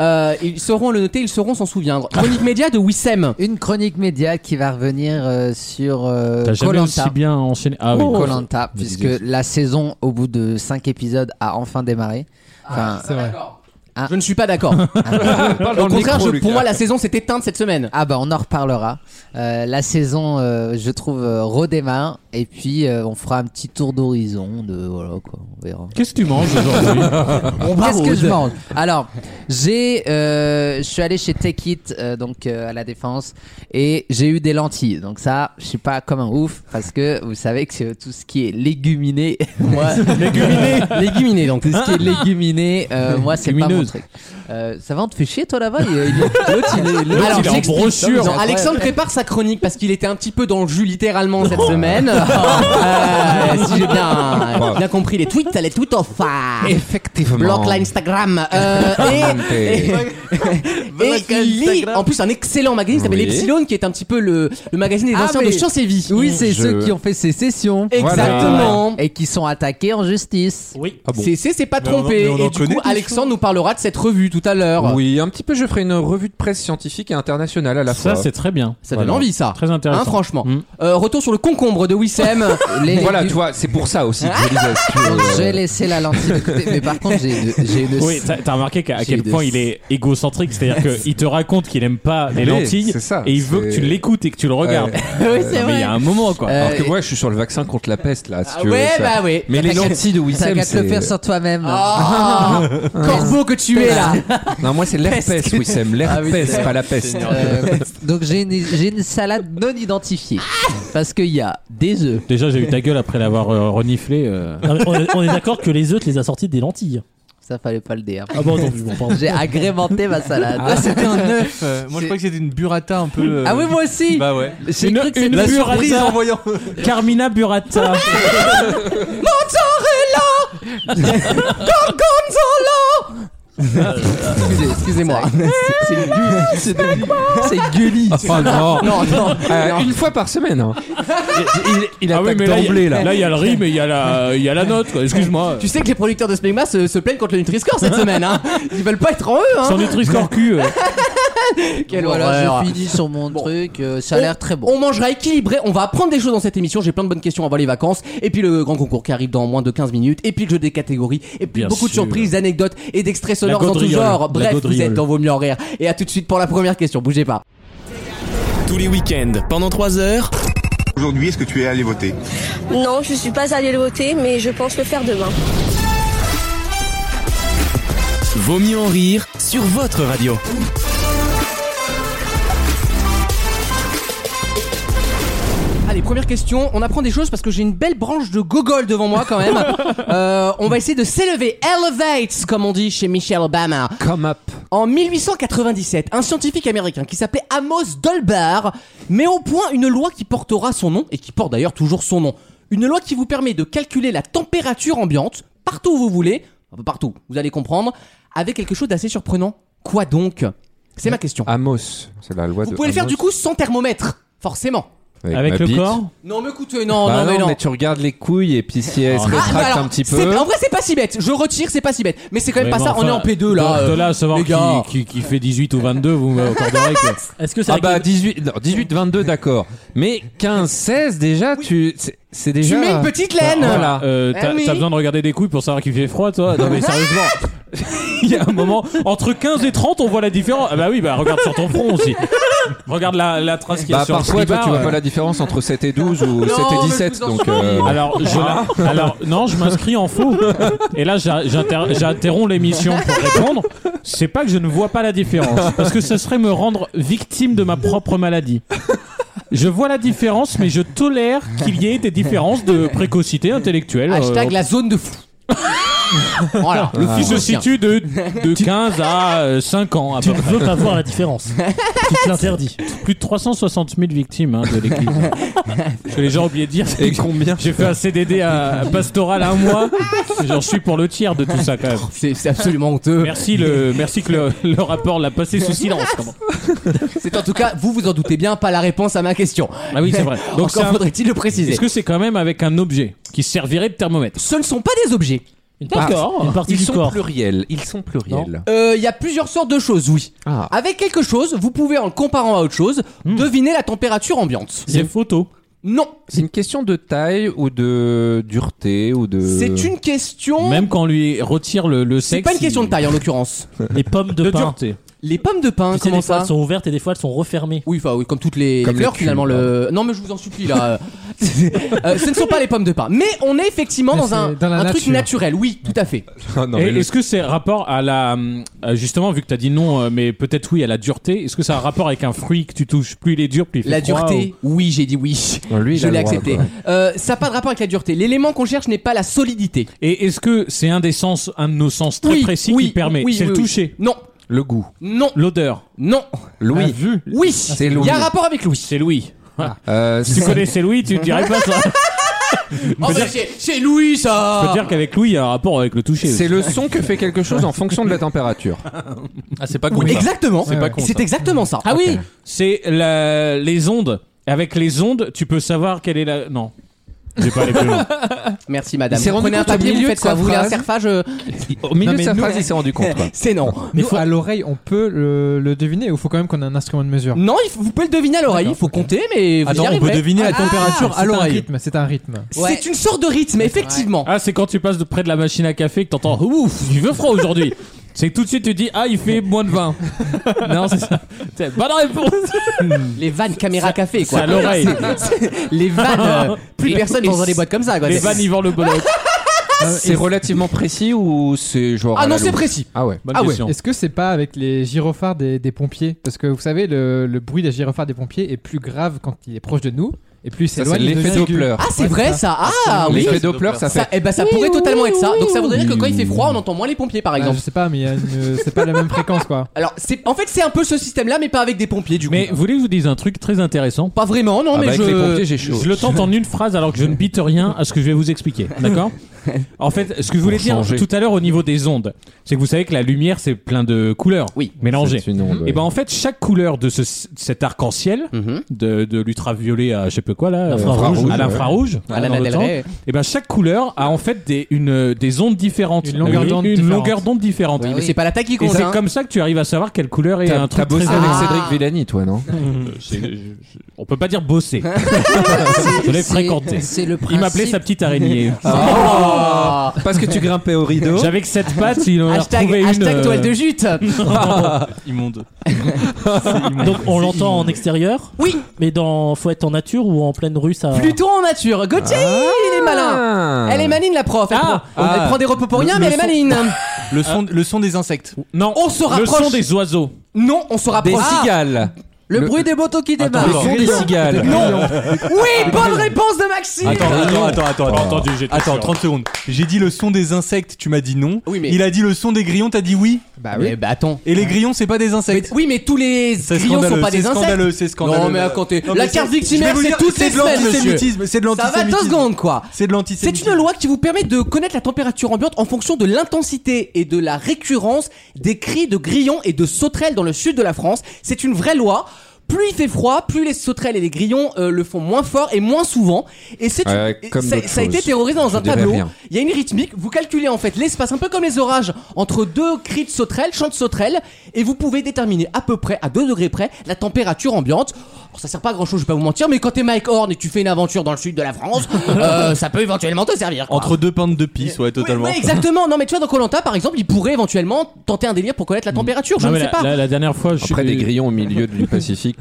Speaker 2: Euh, ils sauront le noter, ils sauront s'en souvenir. Chronique média de Wissem.
Speaker 4: Une chronique média qui va revenir euh, sur euh,
Speaker 3: T'as jamais
Speaker 4: Koh-Lanta.
Speaker 3: aussi bien enchaîné. Ah oui.
Speaker 4: Colanta,
Speaker 3: Je
Speaker 4: puisque
Speaker 3: disais
Speaker 4: la saison, au bout de 5 épisodes, a enfin démarré. Enfin,
Speaker 6: C'est vrai.
Speaker 4: Ah.
Speaker 2: Je ne suis pas d'accord. Au contraire, je- pour moi,
Speaker 7: Ah,
Speaker 2: la saison s'est éteinte cette semaine.
Speaker 4: ah bah on en reparlera. Euh, la saison, euh, je trouve, euh, redémarre et puis euh, on fera un petit tour d'horizon de voilà quoi, on verra.
Speaker 3: Qu'est-ce que tu manges aujourd'hui Ah,
Speaker 4: Qu'est-ce que je mange Alors, j'ai, euh, je suis allé chez Take It, euh, donc euh, à la Défense, et j'ai eu des lentilles. Donc ça, je suis pas comme un ouf parce que vous savez que euh, tout ce qui est léguminé, moi,
Speaker 2: Léguminé. Léguminé, donc.
Speaker 4: tout ce qui est léguminé, euh, moi c'est pas mon
Speaker 3: Légumineuse.
Speaker 4: truc. Euh, ça va, on te fait chier toi là-bas Il- il- l'autre, il est- l'autre,
Speaker 2: Alors,
Speaker 3: il est en
Speaker 2: j'explique.
Speaker 3: brochure.
Speaker 2: Non, Alexandre prépare sa chronique parce qu'il était un petit peu dans le jus littéralement cette
Speaker 4: Oh.
Speaker 2: semaine. Euh, si j'ai bien, bien compris les tweets, les tweets off.
Speaker 5: Effectivement.
Speaker 2: Bloque l'Instagram. Euh, et, et- et il lit en plus un excellent magazine qui s'appelle
Speaker 5: Oui.
Speaker 2: Epsilon qui est un petit peu le, le magazine des
Speaker 4: Ah,
Speaker 2: anciens
Speaker 4: mais-
Speaker 2: de Science et Vie.
Speaker 4: Oui, c'est
Speaker 5: Je-
Speaker 4: ceux qui ont fait sécession
Speaker 2: Exactement.
Speaker 4: et qui sont attaqués en justice.
Speaker 3: Oui.
Speaker 5: Ah bon.
Speaker 2: C'est c'est- c'est pas
Speaker 7: Mais on en-
Speaker 2: trompé.
Speaker 7: mais on en
Speaker 2: et du
Speaker 7: connaît
Speaker 2: coup,
Speaker 7: tous,
Speaker 2: Alexandre nous parlera de cette revue tout à l'heure.
Speaker 5: Oui, un petit peu. Je ferai une revue de presse scientifique et internationale à la
Speaker 3: Ça,
Speaker 5: fois.
Speaker 3: c'est très bien.
Speaker 2: Ça donne
Speaker 5: Voilà.
Speaker 2: envie, ça.
Speaker 3: Très
Speaker 2: Hein,
Speaker 3: intéressant.
Speaker 2: franchement.
Speaker 3: Mm.
Speaker 2: Euh, retour sur le concombre de Wissem.
Speaker 4: Les
Speaker 5: Voilà,
Speaker 4: légumes-
Speaker 5: tu vois, c'est pour ça aussi que je disais. si tu veux, euh,
Speaker 4: J'ai laissé la lentille de côté, mais par contre, j'ai une, j'ai une
Speaker 3: Oui, t'as t'as remarqué qu'à à
Speaker 4: J'ai
Speaker 3: quel
Speaker 4: des-
Speaker 3: point il est égocentrique, c'est-à-dire qu'il te raconte qu'il aime pas les
Speaker 5: Oui,
Speaker 3: lentilles
Speaker 5: c'est ça,
Speaker 3: et il veut que
Speaker 5: c'est-
Speaker 3: tu l'écoutes et que tu le regardes.
Speaker 5: Ouais.
Speaker 4: Oui,
Speaker 3: Non, mais il y a un moment quoi.
Speaker 4: Euh,
Speaker 5: Alors que moi, je suis sur le vaccin contre la peste là. si
Speaker 2: Ah
Speaker 5: tu veux,
Speaker 2: ouais,
Speaker 5: ça.
Speaker 2: bah oui.
Speaker 5: Mais les lentilles de
Speaker 4: T'as
Speaker 5: Wissem,
Speaker 4: qu'à te le faire
Speaker 5: c'est.
Speaker 4: sur toi-même.
Speaker 2: Ah, corbeau que tu es là.
Speaker 5: Non, moi, c'est Ah l'herpès, Wissem. L'herpès,
Speaker 4: c'est-
Speaker 5: pas la peste.
Speaker 4: Euh, donc j'ai une, j'ai une salade non identifiée parce qu'il y a des œufs.
Speaker 3: Déjà, j'ai eu ta gueule après l'avoir euh, reniflé. euh.
Speaker 8: Non, mais on est, on est d'accord que les œufs, tu les as sortis des lentilles.
Speaker 4: Ça fallait pas le dire.
Speaker 8: Ah bon, non, plus, bon, pardon.
Speaker 4: J'ai agrémenté ma salade. Ah,
Speaker 7: c'était un œuf. Euh, moi, je crois que c'était une burrata un peu. euh,
Speaker 2: Ah
Speaker 4: oui moi aussi.
Speaker 7: Bah ouais.
Speaker 4: J'ai
Speaker 3: Une-
Speaker 4: cru que c'était-
Speaker 3: une
Speaker 7: La
Speaker 3: burrata.
Speaker 7: surprise en voyant.
Speaker 3: Carmina Burata.
Speaker 2: Excusez- Excusez-moi.
Speaker 4: c'est Gulli. C'est devenu- C'est Gulli.
Speaker 5: Oh non.
Speaker 2: Ah, Non, non.
Speaker 5: Euh, une fois par semaine. hein. Il, il- il
Speaker 3: Ah oui,
Speaker 5: attaque
Speaker 3: mais là, il
Speaker 5: d'emblée
Speaker 3: y,
Speaker 5: là.
Speaker 3: a- là, il y a le riz, mais il y a la, il y a la note. quoi. Excuse-moi.
Speaker 2: Tu sais que les producteurs de Smegma se, se plaignent contre le Nutri-Score cette semaine. Hein. Ils veulent pas être en eux. Hein.
Speaker 3: Sans Nutri-Score cul. euh.
Speaker 2: Quelle
Speaker 4: Voilà,
Speaker 2: horreur.
Speaker 4: je finis sur mon truc. euh, ça a l'air très bon.
Speaker 2: On mangera équilibré, on va apprendre des choses dans cette émission, j'ai plein de bonnes questions avant les vacances, et puis le grand concours qui arrive dans moins de 15 minutes, et puis le jeu des catégories, et puis
Speaker 3: Bien
Speaker 2: beaucoup de
Speaker 3: sûr.
Speaker 2: surprises, d'anecdotes et d'extraits
Speaker 3: La
Speaker 2: sonores en tout
Speaker 3: gaudriole. La
Speaker 2: genre. Bref, vous
Speaker 3: gaudriole.
Speaker 2: êtes dans vos mieux en rire. Et à tout de suite pour la première question, bougez pas.
Speaker 1: Tous les week-ends, pendant 3 heures,
Speaker 9: Aujourd'hui, est-ce que tu es allé voter
Speaker 10: Non, je suis pas allée le voter, mais je pense le faire demain.
Speaker 1: Vaut mieux en rire sur votre radio.
Speaker 2: Allez, première question, on apprend des choses parce que j'ai une belle branche de gogol devant moi quand même. Euh, on va essayer de s'élever, elevates comme on dit chez Michelle Obama.
Speaker 5: Come up.
Speaker 2: En 1897, un scientifique américain qui s'appelait Amos Dolbar met au point une loi qui portera son nom et qui porte d'ailleurs toujours son nom. Une loi qui vous permet de calculer la température ambiante partout où vous voulez, un peu partout, vous allez comprendre, avec quelque chose d'assez surprenant. Quoi donc C'est ma
Speaker 6: Ah,
Speaker 2: question.
Speaker 5: Amos, c'est la loi de.
Speaker 2: Vous pouvez le faire
Speaker 5: Amos.
Speaker 2: du coup sans thermomètre, forcément.
Speaker 5: ma
Speaker 3: Avec le
Speaker 5: bite.
Speaker 3: corps
Speaker 2: Non, mais écoutez, non,
Speaker 5: Bah
Speaker 2: Oh, non, mais non.
Speaker 5: tu regardes les couilles et puis si elle se
Speaker 2: Ah, bah
Speaker 5: rétracte
Speaker 2: alors,
Speaker 5: un petit
Speaker 2: c'est-
Speaker 5: peu.
Speaker 2: En vrai, c'est pas si bête. Je retire, c'est pas si bête. Mais c'est quand même
Speaker 3: Ouais,
Speaker 2: pas
Speaker 3: mais
Speaker 2: ça. on
Speaker 3: enfin,
Speaker 2: est en P2 là.
Speaker 3: De, de
Speaker 2: euh,
Speaker 3: là à savoir
Speaker 2: les gars.
Speaker 3: qui, qui, qui fait 18 ou 22, vous m'accorderez que.
Speaker 8: Est-ce que c'est
Speaker 5: Ah
Speaker 8: avec
Speaker 5: bah
Speaker 8: les-
Speaker 5: 18, non, 18, 22 d'accord. Mais 15, 16 déjà, tu, c'est- c'est déjà.
Speaker 2: Tu mets une petite laine.
Speaker 5: Voilà.
Speaker 3: Euh,
Speaker 2: Ah
Speaker 3: t'as
Speaker 2: oui.
Speaker 3: t'as besoin de regarder des couilles pour savoir qu'il fait froid, toi Non mais sérieusement Il y a un moment, entre 15 et 30, on voit la différence. Ah bah oui, bah regarde sur ton front aussi. Regarde la, la trace qu'il y a
Speaker 5: Bah
Speaker 3: sur
Speaker 5: parfois,
Speaker 3: le
Speaker 5: toi, tu
Speaker 3: clibar.
Speaker 5: vois pas la différence entre 7 et 12 ou
Speaker 2: mais
Speaker 5: 7
Speaker 2: je
Speaker 5: et
Speaker 2: vous
Speaker 5: 17.
Speaker 2: en
Speaker 5: Donc,
Speaker 2: supplie.
Speaker 5: euh,
Speaker 3: Alors, je
Speaker 5: Ah.
Speaker 3: la- alors, non, je m'inscris en faux. Et là, j'a- j'inter- j'interromps l'émission pour répondre. C'est pas que je ne vois pas la différence, parce que ce serait me rendre victime de ma propre maladie. Je vois la différence, mais je tolère qu'il y ait des différences de précocité intellectuelle.
Speaker 2: Hashtag
Speaker 3: Euh,
Speaker 2: la zone de fou. voilà.
Speaker 8: Ah,
Speaker 3: Le qui se
Speaker 2: soutien.
Speaker 3: situe de, de 15 à euh, 5 ans, à
Speaker 8: Tu
Speaker 3: peu
Speaker 8: ne
Speaker 3: près.
Speaker 8: veux pas voir la différence. tu te l'interdis.
Speaker 3: Plus de 360 000 victimes hein, de l'église. Parce que les gens ont oublié de dire.
Speaker 5: Et combien
Speaker 3: J'ai fait un CDD à, à Pastoral un mois. J'en suis pour le tiers de tout ça quand même.
Speaker 2: C'est c'est absolument honteux.
Speaker 3: Merci, le, merci que le, le rapport l'a passé sous silence. quand même.
Speaker 2: C'est en tout cas, vous vous en doutez bien, pas la réponse à ma question.
Speaker 3: Ah oui, c'est vrai.
Speaker 2: Donc
Speaker 3: Donc c'est
Speaker 2: Encore
Speaker 3: un-
Speaker 2: faudrait-il le préciser.
Speaker 3: est-ce que c'est quand même avec un objet qui servirait de thermomètre Ah.
Speaker 2: Ce ne sont pas des objets.
Speaker 8: Une partie, une partie
Speaker 5: ils
Speaker 8: du
Speaker 5: sont
Speaker 8: corps.
Speaker 5: pluriels. Ils sont pluriels.
Speaker 2: Euh, Il y a plusieurs sortes de choses, oui.
Speaker 5: Ah.
Speaker 2: Avec quelque chose, vous pouvez, en le comparant à autre chose, deviner la température ambiante.
Speaker 3: C'est photo.
Speaker 2: Non,
Speaker 5: C'est une question de taille ou de dureté ou de.
Speaker 2: c'est une question...
Speaker 3: Même quand on lui retire le, le
Speaker 2: C'est
Speaker 3: sexe.
Speaker 2: pas une question de
Speaker 3: il-
Speaker 2: taille, en l'occurrence.
Speaker 8: Les pommes de,
Speaker 3: De
Speaker 8: pain.
Speaker 3: dureté.
Speaker 2: Les pommes de pain,
Speaker 8: Tu sais,
Speaker 2: comment
Speaker 8: des fois,
Speaker 2: ça
Speaker 8: elles sont ouvertes et des fois, elles sont refermées.
Speaker 2: Oui, enfin, oui, comme toutes les,
Speaker 5: Comme
Speaker 2: les fleurs,
Speaker 5: le cul,
Speaker 2: finalement. Le... Non, mais je vous en supplie, là. Euh, ce ne sont pas les pommes de pain. Mais on est effectivement
Speaker 6: Mais
Speaker 2: dans un,
Speaker 6: c'est dans la
Speaker 2: un truc
Speaker 6: nature.
Speaker 2: naturel, oui, tout à fait.
Speaker 5: Ah non,
Speaker 3: Et
Speaker 5: mais le-
Speaker 3: Est-ce que c'est rapport à la. hum, euh, Justement, vu que t'as dit non, euh, mais peut-être oui à la dureté, est-ce que ça a rapport avec un fruit que tu touches Plus il est dur, plus il fait
Speaker 2: La
Speaker 3: froid,
Speaker 2: dureté, oui, j'ai dit oui.
Speaker 5: lui, il
Speaker 2: je
Speaker 5: a
Speaker 2: l'ai
Speaker 5: le droit,
Speaker 2: accepté.
Speaker 5: quoi.
Speaker 2: Euh, ça n'a pas de rapport avec la dureté. L'élément qu'on cherche n'est pas la solidité.
Speaker 3: ou- Et est-ce que c'est un des sens, un de nos sens très
Speaker 2: oui,
Speaker 3: précis
Speaker 2: oui,
Speaker 3: qui permet
Speaker 2: oui,
Speaker 3: C'est
Speaker 2: oui,
Speaker 3: le
Speaker 2: oui.
Speaker 3: toucher,
Speaker 2: Non,
Speaker 5: Le goût.
Speaker 2: non,
Speaker 3: l'odeur.
Speaker 2: non.
Speaker 5: Louis.
Speaker 2: Oui,
Speaker 5: C'est
Speaker 2: il
Speaker 5: Louis.
Speaker 2: y a un rapport avec Louis.
Speaker 3: C'est Louis.
Speaker 5: Euh,
Speaker 3: Si tu connaissais Louis, tu dirais pas ça.
Speaker 2: Oh,
Speaker 3: dire
Speaker 2: bah, c'est c'est Louis, ça
Speaker 3: Je peux dire qu'avec Louis, il y a un rapport avec le toucher.
Speaker 5: C'est le son que fait quelque chose en fonction de la température.
Speaker 3: Ah, c'est pas
Speaker 2: Oui, Exactement.
Speaker 3: C'est pas con,
Speaker 2: C'est
Speaker 3: ça.
Speaker 2: exactement ça. Ah oui
Speaker 3: C'est la- les ondes. Avec les ondes, tu peux savoir quelle est la. Non. J'ai pas les plus loin.
Speaker 2: Merci, madame.
Speaker 5: Il s'est
Speaker 2: Vous
Speaker 5: rendu
Speaker 2: Prenez un
Speaker 5: compte au
Speaker 2: papier, vous
Speaker 5: milieu
Speaker 2: faites
Speaker 5: de
Speaker 2: quoi
Speaker 5: sa
Speaker 2: Vous voulez un
Speaker 5: phrase.
Speaker 2: serfage euh,
Speaker 5: Au milieu
Speaker 6: Non,
Speaker 5: de
Speaker 6: mais
Speaker 5: sa
Speaker 6: nous-
Speaker 5: phrase, il s'est rendu compte. quoi.
Speaker 2: C'est non.
Speaker 6: Mais à l'oreille, on peut le, le deviner ou faut quand même qu'on ait un instrument de mesure
Speaker 2: Non, il faut- vous pouvez le deviner à l'oreille, il faut compter, mais vous
Speaker 7: Attends,
Speaker 2: y
Speaker 7: on peut
Speaker 2: arriverez.
Speaker 7: deviner la
Speaker 2: Ah,
Speaker 7: température
Speaker 6: C'est
Speaker 7: à
Speaker 6: un
Speaker 7: l'oreille.
Speaker 6: rythme, c'est un rythme.
Speaker 2: C'est une sorte de rythme, effectivement.
Speaker 3: Ah, c'est quand tu passes de près de la machine à café que t'entends Ouf, il veut froid aujourd'hui. C'est que tout de suite tu dis Ah, il fait moins de 20. non, c'est ça. C'est- Bonne réponse.
Speaker 2: Les vannes caméra café,
Speaker 3: C'est
Speaker 2: quoi.
Speaker 3: à l'oreille.
Speaker 2: Les vannes, euh, plus personne dans des boîtes comme ça, quoi.
Speaker 3: Les
Speaker 2: C'est-
Speaker 3: vannes, ils vendent le bolot.
Speaker 6: Ah,
Speaker 5: C'est relativement précis ou c'est genre.
Speaker 2: Ah
Speaker 5: à
Speaker 2: non,
Speaker 5: la
Speaker 2: c'est
Speaker 5: loupe
Speaker 2: précis.
Speaker 5: Ah ouais.
Speaker 3: Bonne
Speaker 2: Ah ouais.
Speaker 3: question.
Speaker 6: Est-ce que c'est pas avec les gyrophares des, des pompiers Parce que vous savez, le, le bruit des gyrophares des pompiers est plus grave quand il est proche de nous et plus il
Speaker 5: Ça, c'est
Speaker 6: s'éloigne.
Speaker 5: l'effet
Speaker 6: de nous.
Speaker 5: Doppler.
Speaker 2: Ah, c'est vrai, ça. Ah, oui.
Speaker 5: L'effet Doppler, ça
Speaker 2: Ça,
Speaker 5: fait.
Speaker 2: eh ben, ça pourrait totalement être ça. Donc, ça voudrait dire que quand il fait froid, on entend moins les pompiers, par
Speaker 6: Ah,
Speaker 2: exemple.
Speaker 6: je sais pas, mais il y a une- c'est pas la même fréquence quoi.
Speaker 2: Alors, c'est, en fait, c'est un peu ce système-là, mais pas avec des pompiers, du coup.
Speaker 3: Mais voulez-vous que je vous dise un truc très intéressant
Speaker 2: Pas vraiment, non,
Speaker 5: Ah bah,
Speaker 2: mais
Speaker 5: avec les
Speaker 2: je.
Speaker 5: pompiers, j'ai chaud.
Speaker 3: Je le tente en une phrase alors que je ne bite rien à ce que je vais vous expliquer. D'accord En fait, ce que je voulais dire
Speaker 5: changer.
Speaker 3: tout à l'heure au niveau des ondes, c'est que vous savez que la lumière, c'est plein de couleurs
Speaker 2: Oui.
Speaker 3: mélangées.
Speaker 5: C'est une onde, ouais.
Speaker 3: Et ben en fait, chaque couleur de ce, cet arc-en-ciel,
Speaker 2: Mhm.
Speaker 3: de, de l'ultraviolet à je sais pas quoi là, euh,
Speaker 8: L'infrarouge.
Speaker 3: à l'infrarouge,
Speaker 2: À Lana
Speaker 3: dans le
Speaker 2: Del
Speaker 3: temps,
Speaker 2: Rey.
Speaker 3: et ben chaque couleur a en fait des, une, euh, des ondes différentes,
Speaker 6: Une longueur d'onde
Speaker 3: une
Speaker 6: différente.
Speaker 3: longueur d'onde différente.
Speaker 2: Ah Oui, mais c'est pas la taille qui
Speaker 3: Et
Speaker 2: compte.
Speaker 3: c'est
Speaker 2: hein.
Speaker 3: comme ça que tu arrives à savoir quelle couleur est
Speaker 5: T'as
Speaker 3: un
Speaker 5: t'as
Speaker 3: truc.
Speaker 5: bossé
Speaker 3: très
Speaker 5: avec
Speaker 2: Ah.
Speaker 5: Cédric Villani, toi, non
Speaker 3: On peut pas dire bosser. je l'ai
Speaker 4: C'est-
Speaker 3: fréquenté.
Speaker 4: C'est le
Speaker 3: Il
Speaker 4: principe.
Speaker 3: m'appelait sa petite araignée. Ah
Speaker 2: Oh
Speaker 5: Ah. Parce que tu grimpais au rideau.
Speaker 3: J'avais que cette pattes, il en a
Speaker 2: Hashtag,
Speaker 3: retrouvé une.
Speaker 2: hashtag
Speaker 3: euh,
Speaker 2: toile de jute.
Speaker 7: Immonde.
Speaker 8: Donc, on l'entend en extérieur.
Speaker 2: Oui.
Speaker 8: Mais dans, faut être en nature ou en pleine rue, ça.
Speaker 2: Plutôt en nature. Gauthier, il est malin.
Speaker 5: Ah.
Speaker 2: Elle est manine la prof. Elle,
Speaker 3: Ah,
Speaker 2: prend, elle
Speaker 5: ah.
Speaker 2: prend des repos pour
Speaker 3: Le-
Speaker 2: rien,
Speaker 3: le
Speaker 2: mais elle est
Speaker 3: son-
Speaker 2: manine. Ah.
Speaker 7: Le son, le son des insectes.
Speaker 3: Non,
Speaker 2: On se
Speaker 3: le son
Speaker 2: rapproche.
Speaker 3: des oiseaux.
Speaker 2: Non, on se
Speaker 5: Des
Speaker 2: rapproche. Ah.
Speaker 5: cigales.
Speaker 4: Le,
Speaker 5: Le-
Speaker 4: bruit des motos qui
Speaker 5: Attends,
Speaker 4: démarrent.
Speaker 5: le son des cigales.
Speaker 6: Non
Speaker 2: Oui, bonne réponse de Maxime.
Speaker 7: Attends, attends, attends, attends, attends.
Speaker 3: Entendu, j'étais
Speaker 7: Attends,
Speaker 3: sûr.
Speaker 7: 30 secondes. J'ai dit le son des insectes, tu m'as dit non.
Speaker 2: Oui, mais-
Speaker 7: Il a dit le son des grillons, t'as dit oui.
Speaker 6: Bah
Speaker 2: Mais
Speaker 4: Eh
Speaker 6: oui.
Speaker 2: bah attends.
Speaker 7: Et les grillons, c'est pas des
Speaker 2: Mais-
Speaker 7: insectes.
Speaker 2: oui, mais tous les
Speaker 7: C'est
Speaker 2: grillons sont
Speaker 7: scandaleux,
Speaker 2: pas
Speaker 7: c'est
Speaker 2: des insectes.
Speaker 7: scandaleux, c'est scandaleux.
Speaker 2: Non, mais à côté.
Speaker 7: Non, mais
Speaker 2: La carte
Speaker 7: c'est- je
Speaker 2: victimaire,
Speaker 7: vais vous
Speaker 2: c'est
Speaker 7: dire,
Speaker 2: toutes
Speaker 7: de
Speaker 2: les semaines, monsieur. Ah.
Speaker 7: l'antisémitisme. C'est de
Speaker 2: Ça va
Speaker 7: l'antisémitisme.
Speaker 2: deux secondes, quoi.
Speaker 7: C'est de l'antisémitisme.
Speaker 2: C'est une loi qui vous permet de connaître la température ambiante en fonction de l'intensité et de la récurrence des cris de grillons et de sauterelles dans le sud de la France. C'est une vraie loi. Plus il fait froid, plus les sauterelles et les grillons euh, le font moins fort et moins souvent. Et c'est une-
Speaker 5: Ouais,
Speaker 2: et
Speaker 5: comme
Speaker 2: ça,
Speaker 5: d'autres
Speaker 2: ça a été
Speaker 5: choses.
Speaker 2: terrorisé dans
Speaker 5: Je
Speaker 2: un
Speaker 5: dirais
Speaker 2: tableau.
Speaker 5: rien.
Speaker 2: Il y a une rythmique. Vous calculez en fait l'espace, un peu comme les orages, entre deux cris de sauterelles, chants de sauterelles, et vous pouvez déterminer à peu près, à 2 degrés près, la température ambiante. Alors, ça sert pas à grand chose, je vais pas vous mentir, mais quand t'es Mike Horn et tu fais une aventure dans le sud de la France, euh, ça peut éventuellement te servir. quoi.
Speaker 7: Entre deux pintes de pisse, ouais, totalement.
Speaker 2: Oui, oui, exactement. Non, mais tu vois, dans Colanta, par exemple, il pourrait éventuellement tenter un délire pour connaître la température. Je
Speaker 3: Mm. Non,
Speaker 2: ne
Speaker 3: mais
Speaker 2: sais pas.
Speaker 3: la, la- la dernière fois, je suis.
Speaker 5: Après des grillons au milieu du Pacifique.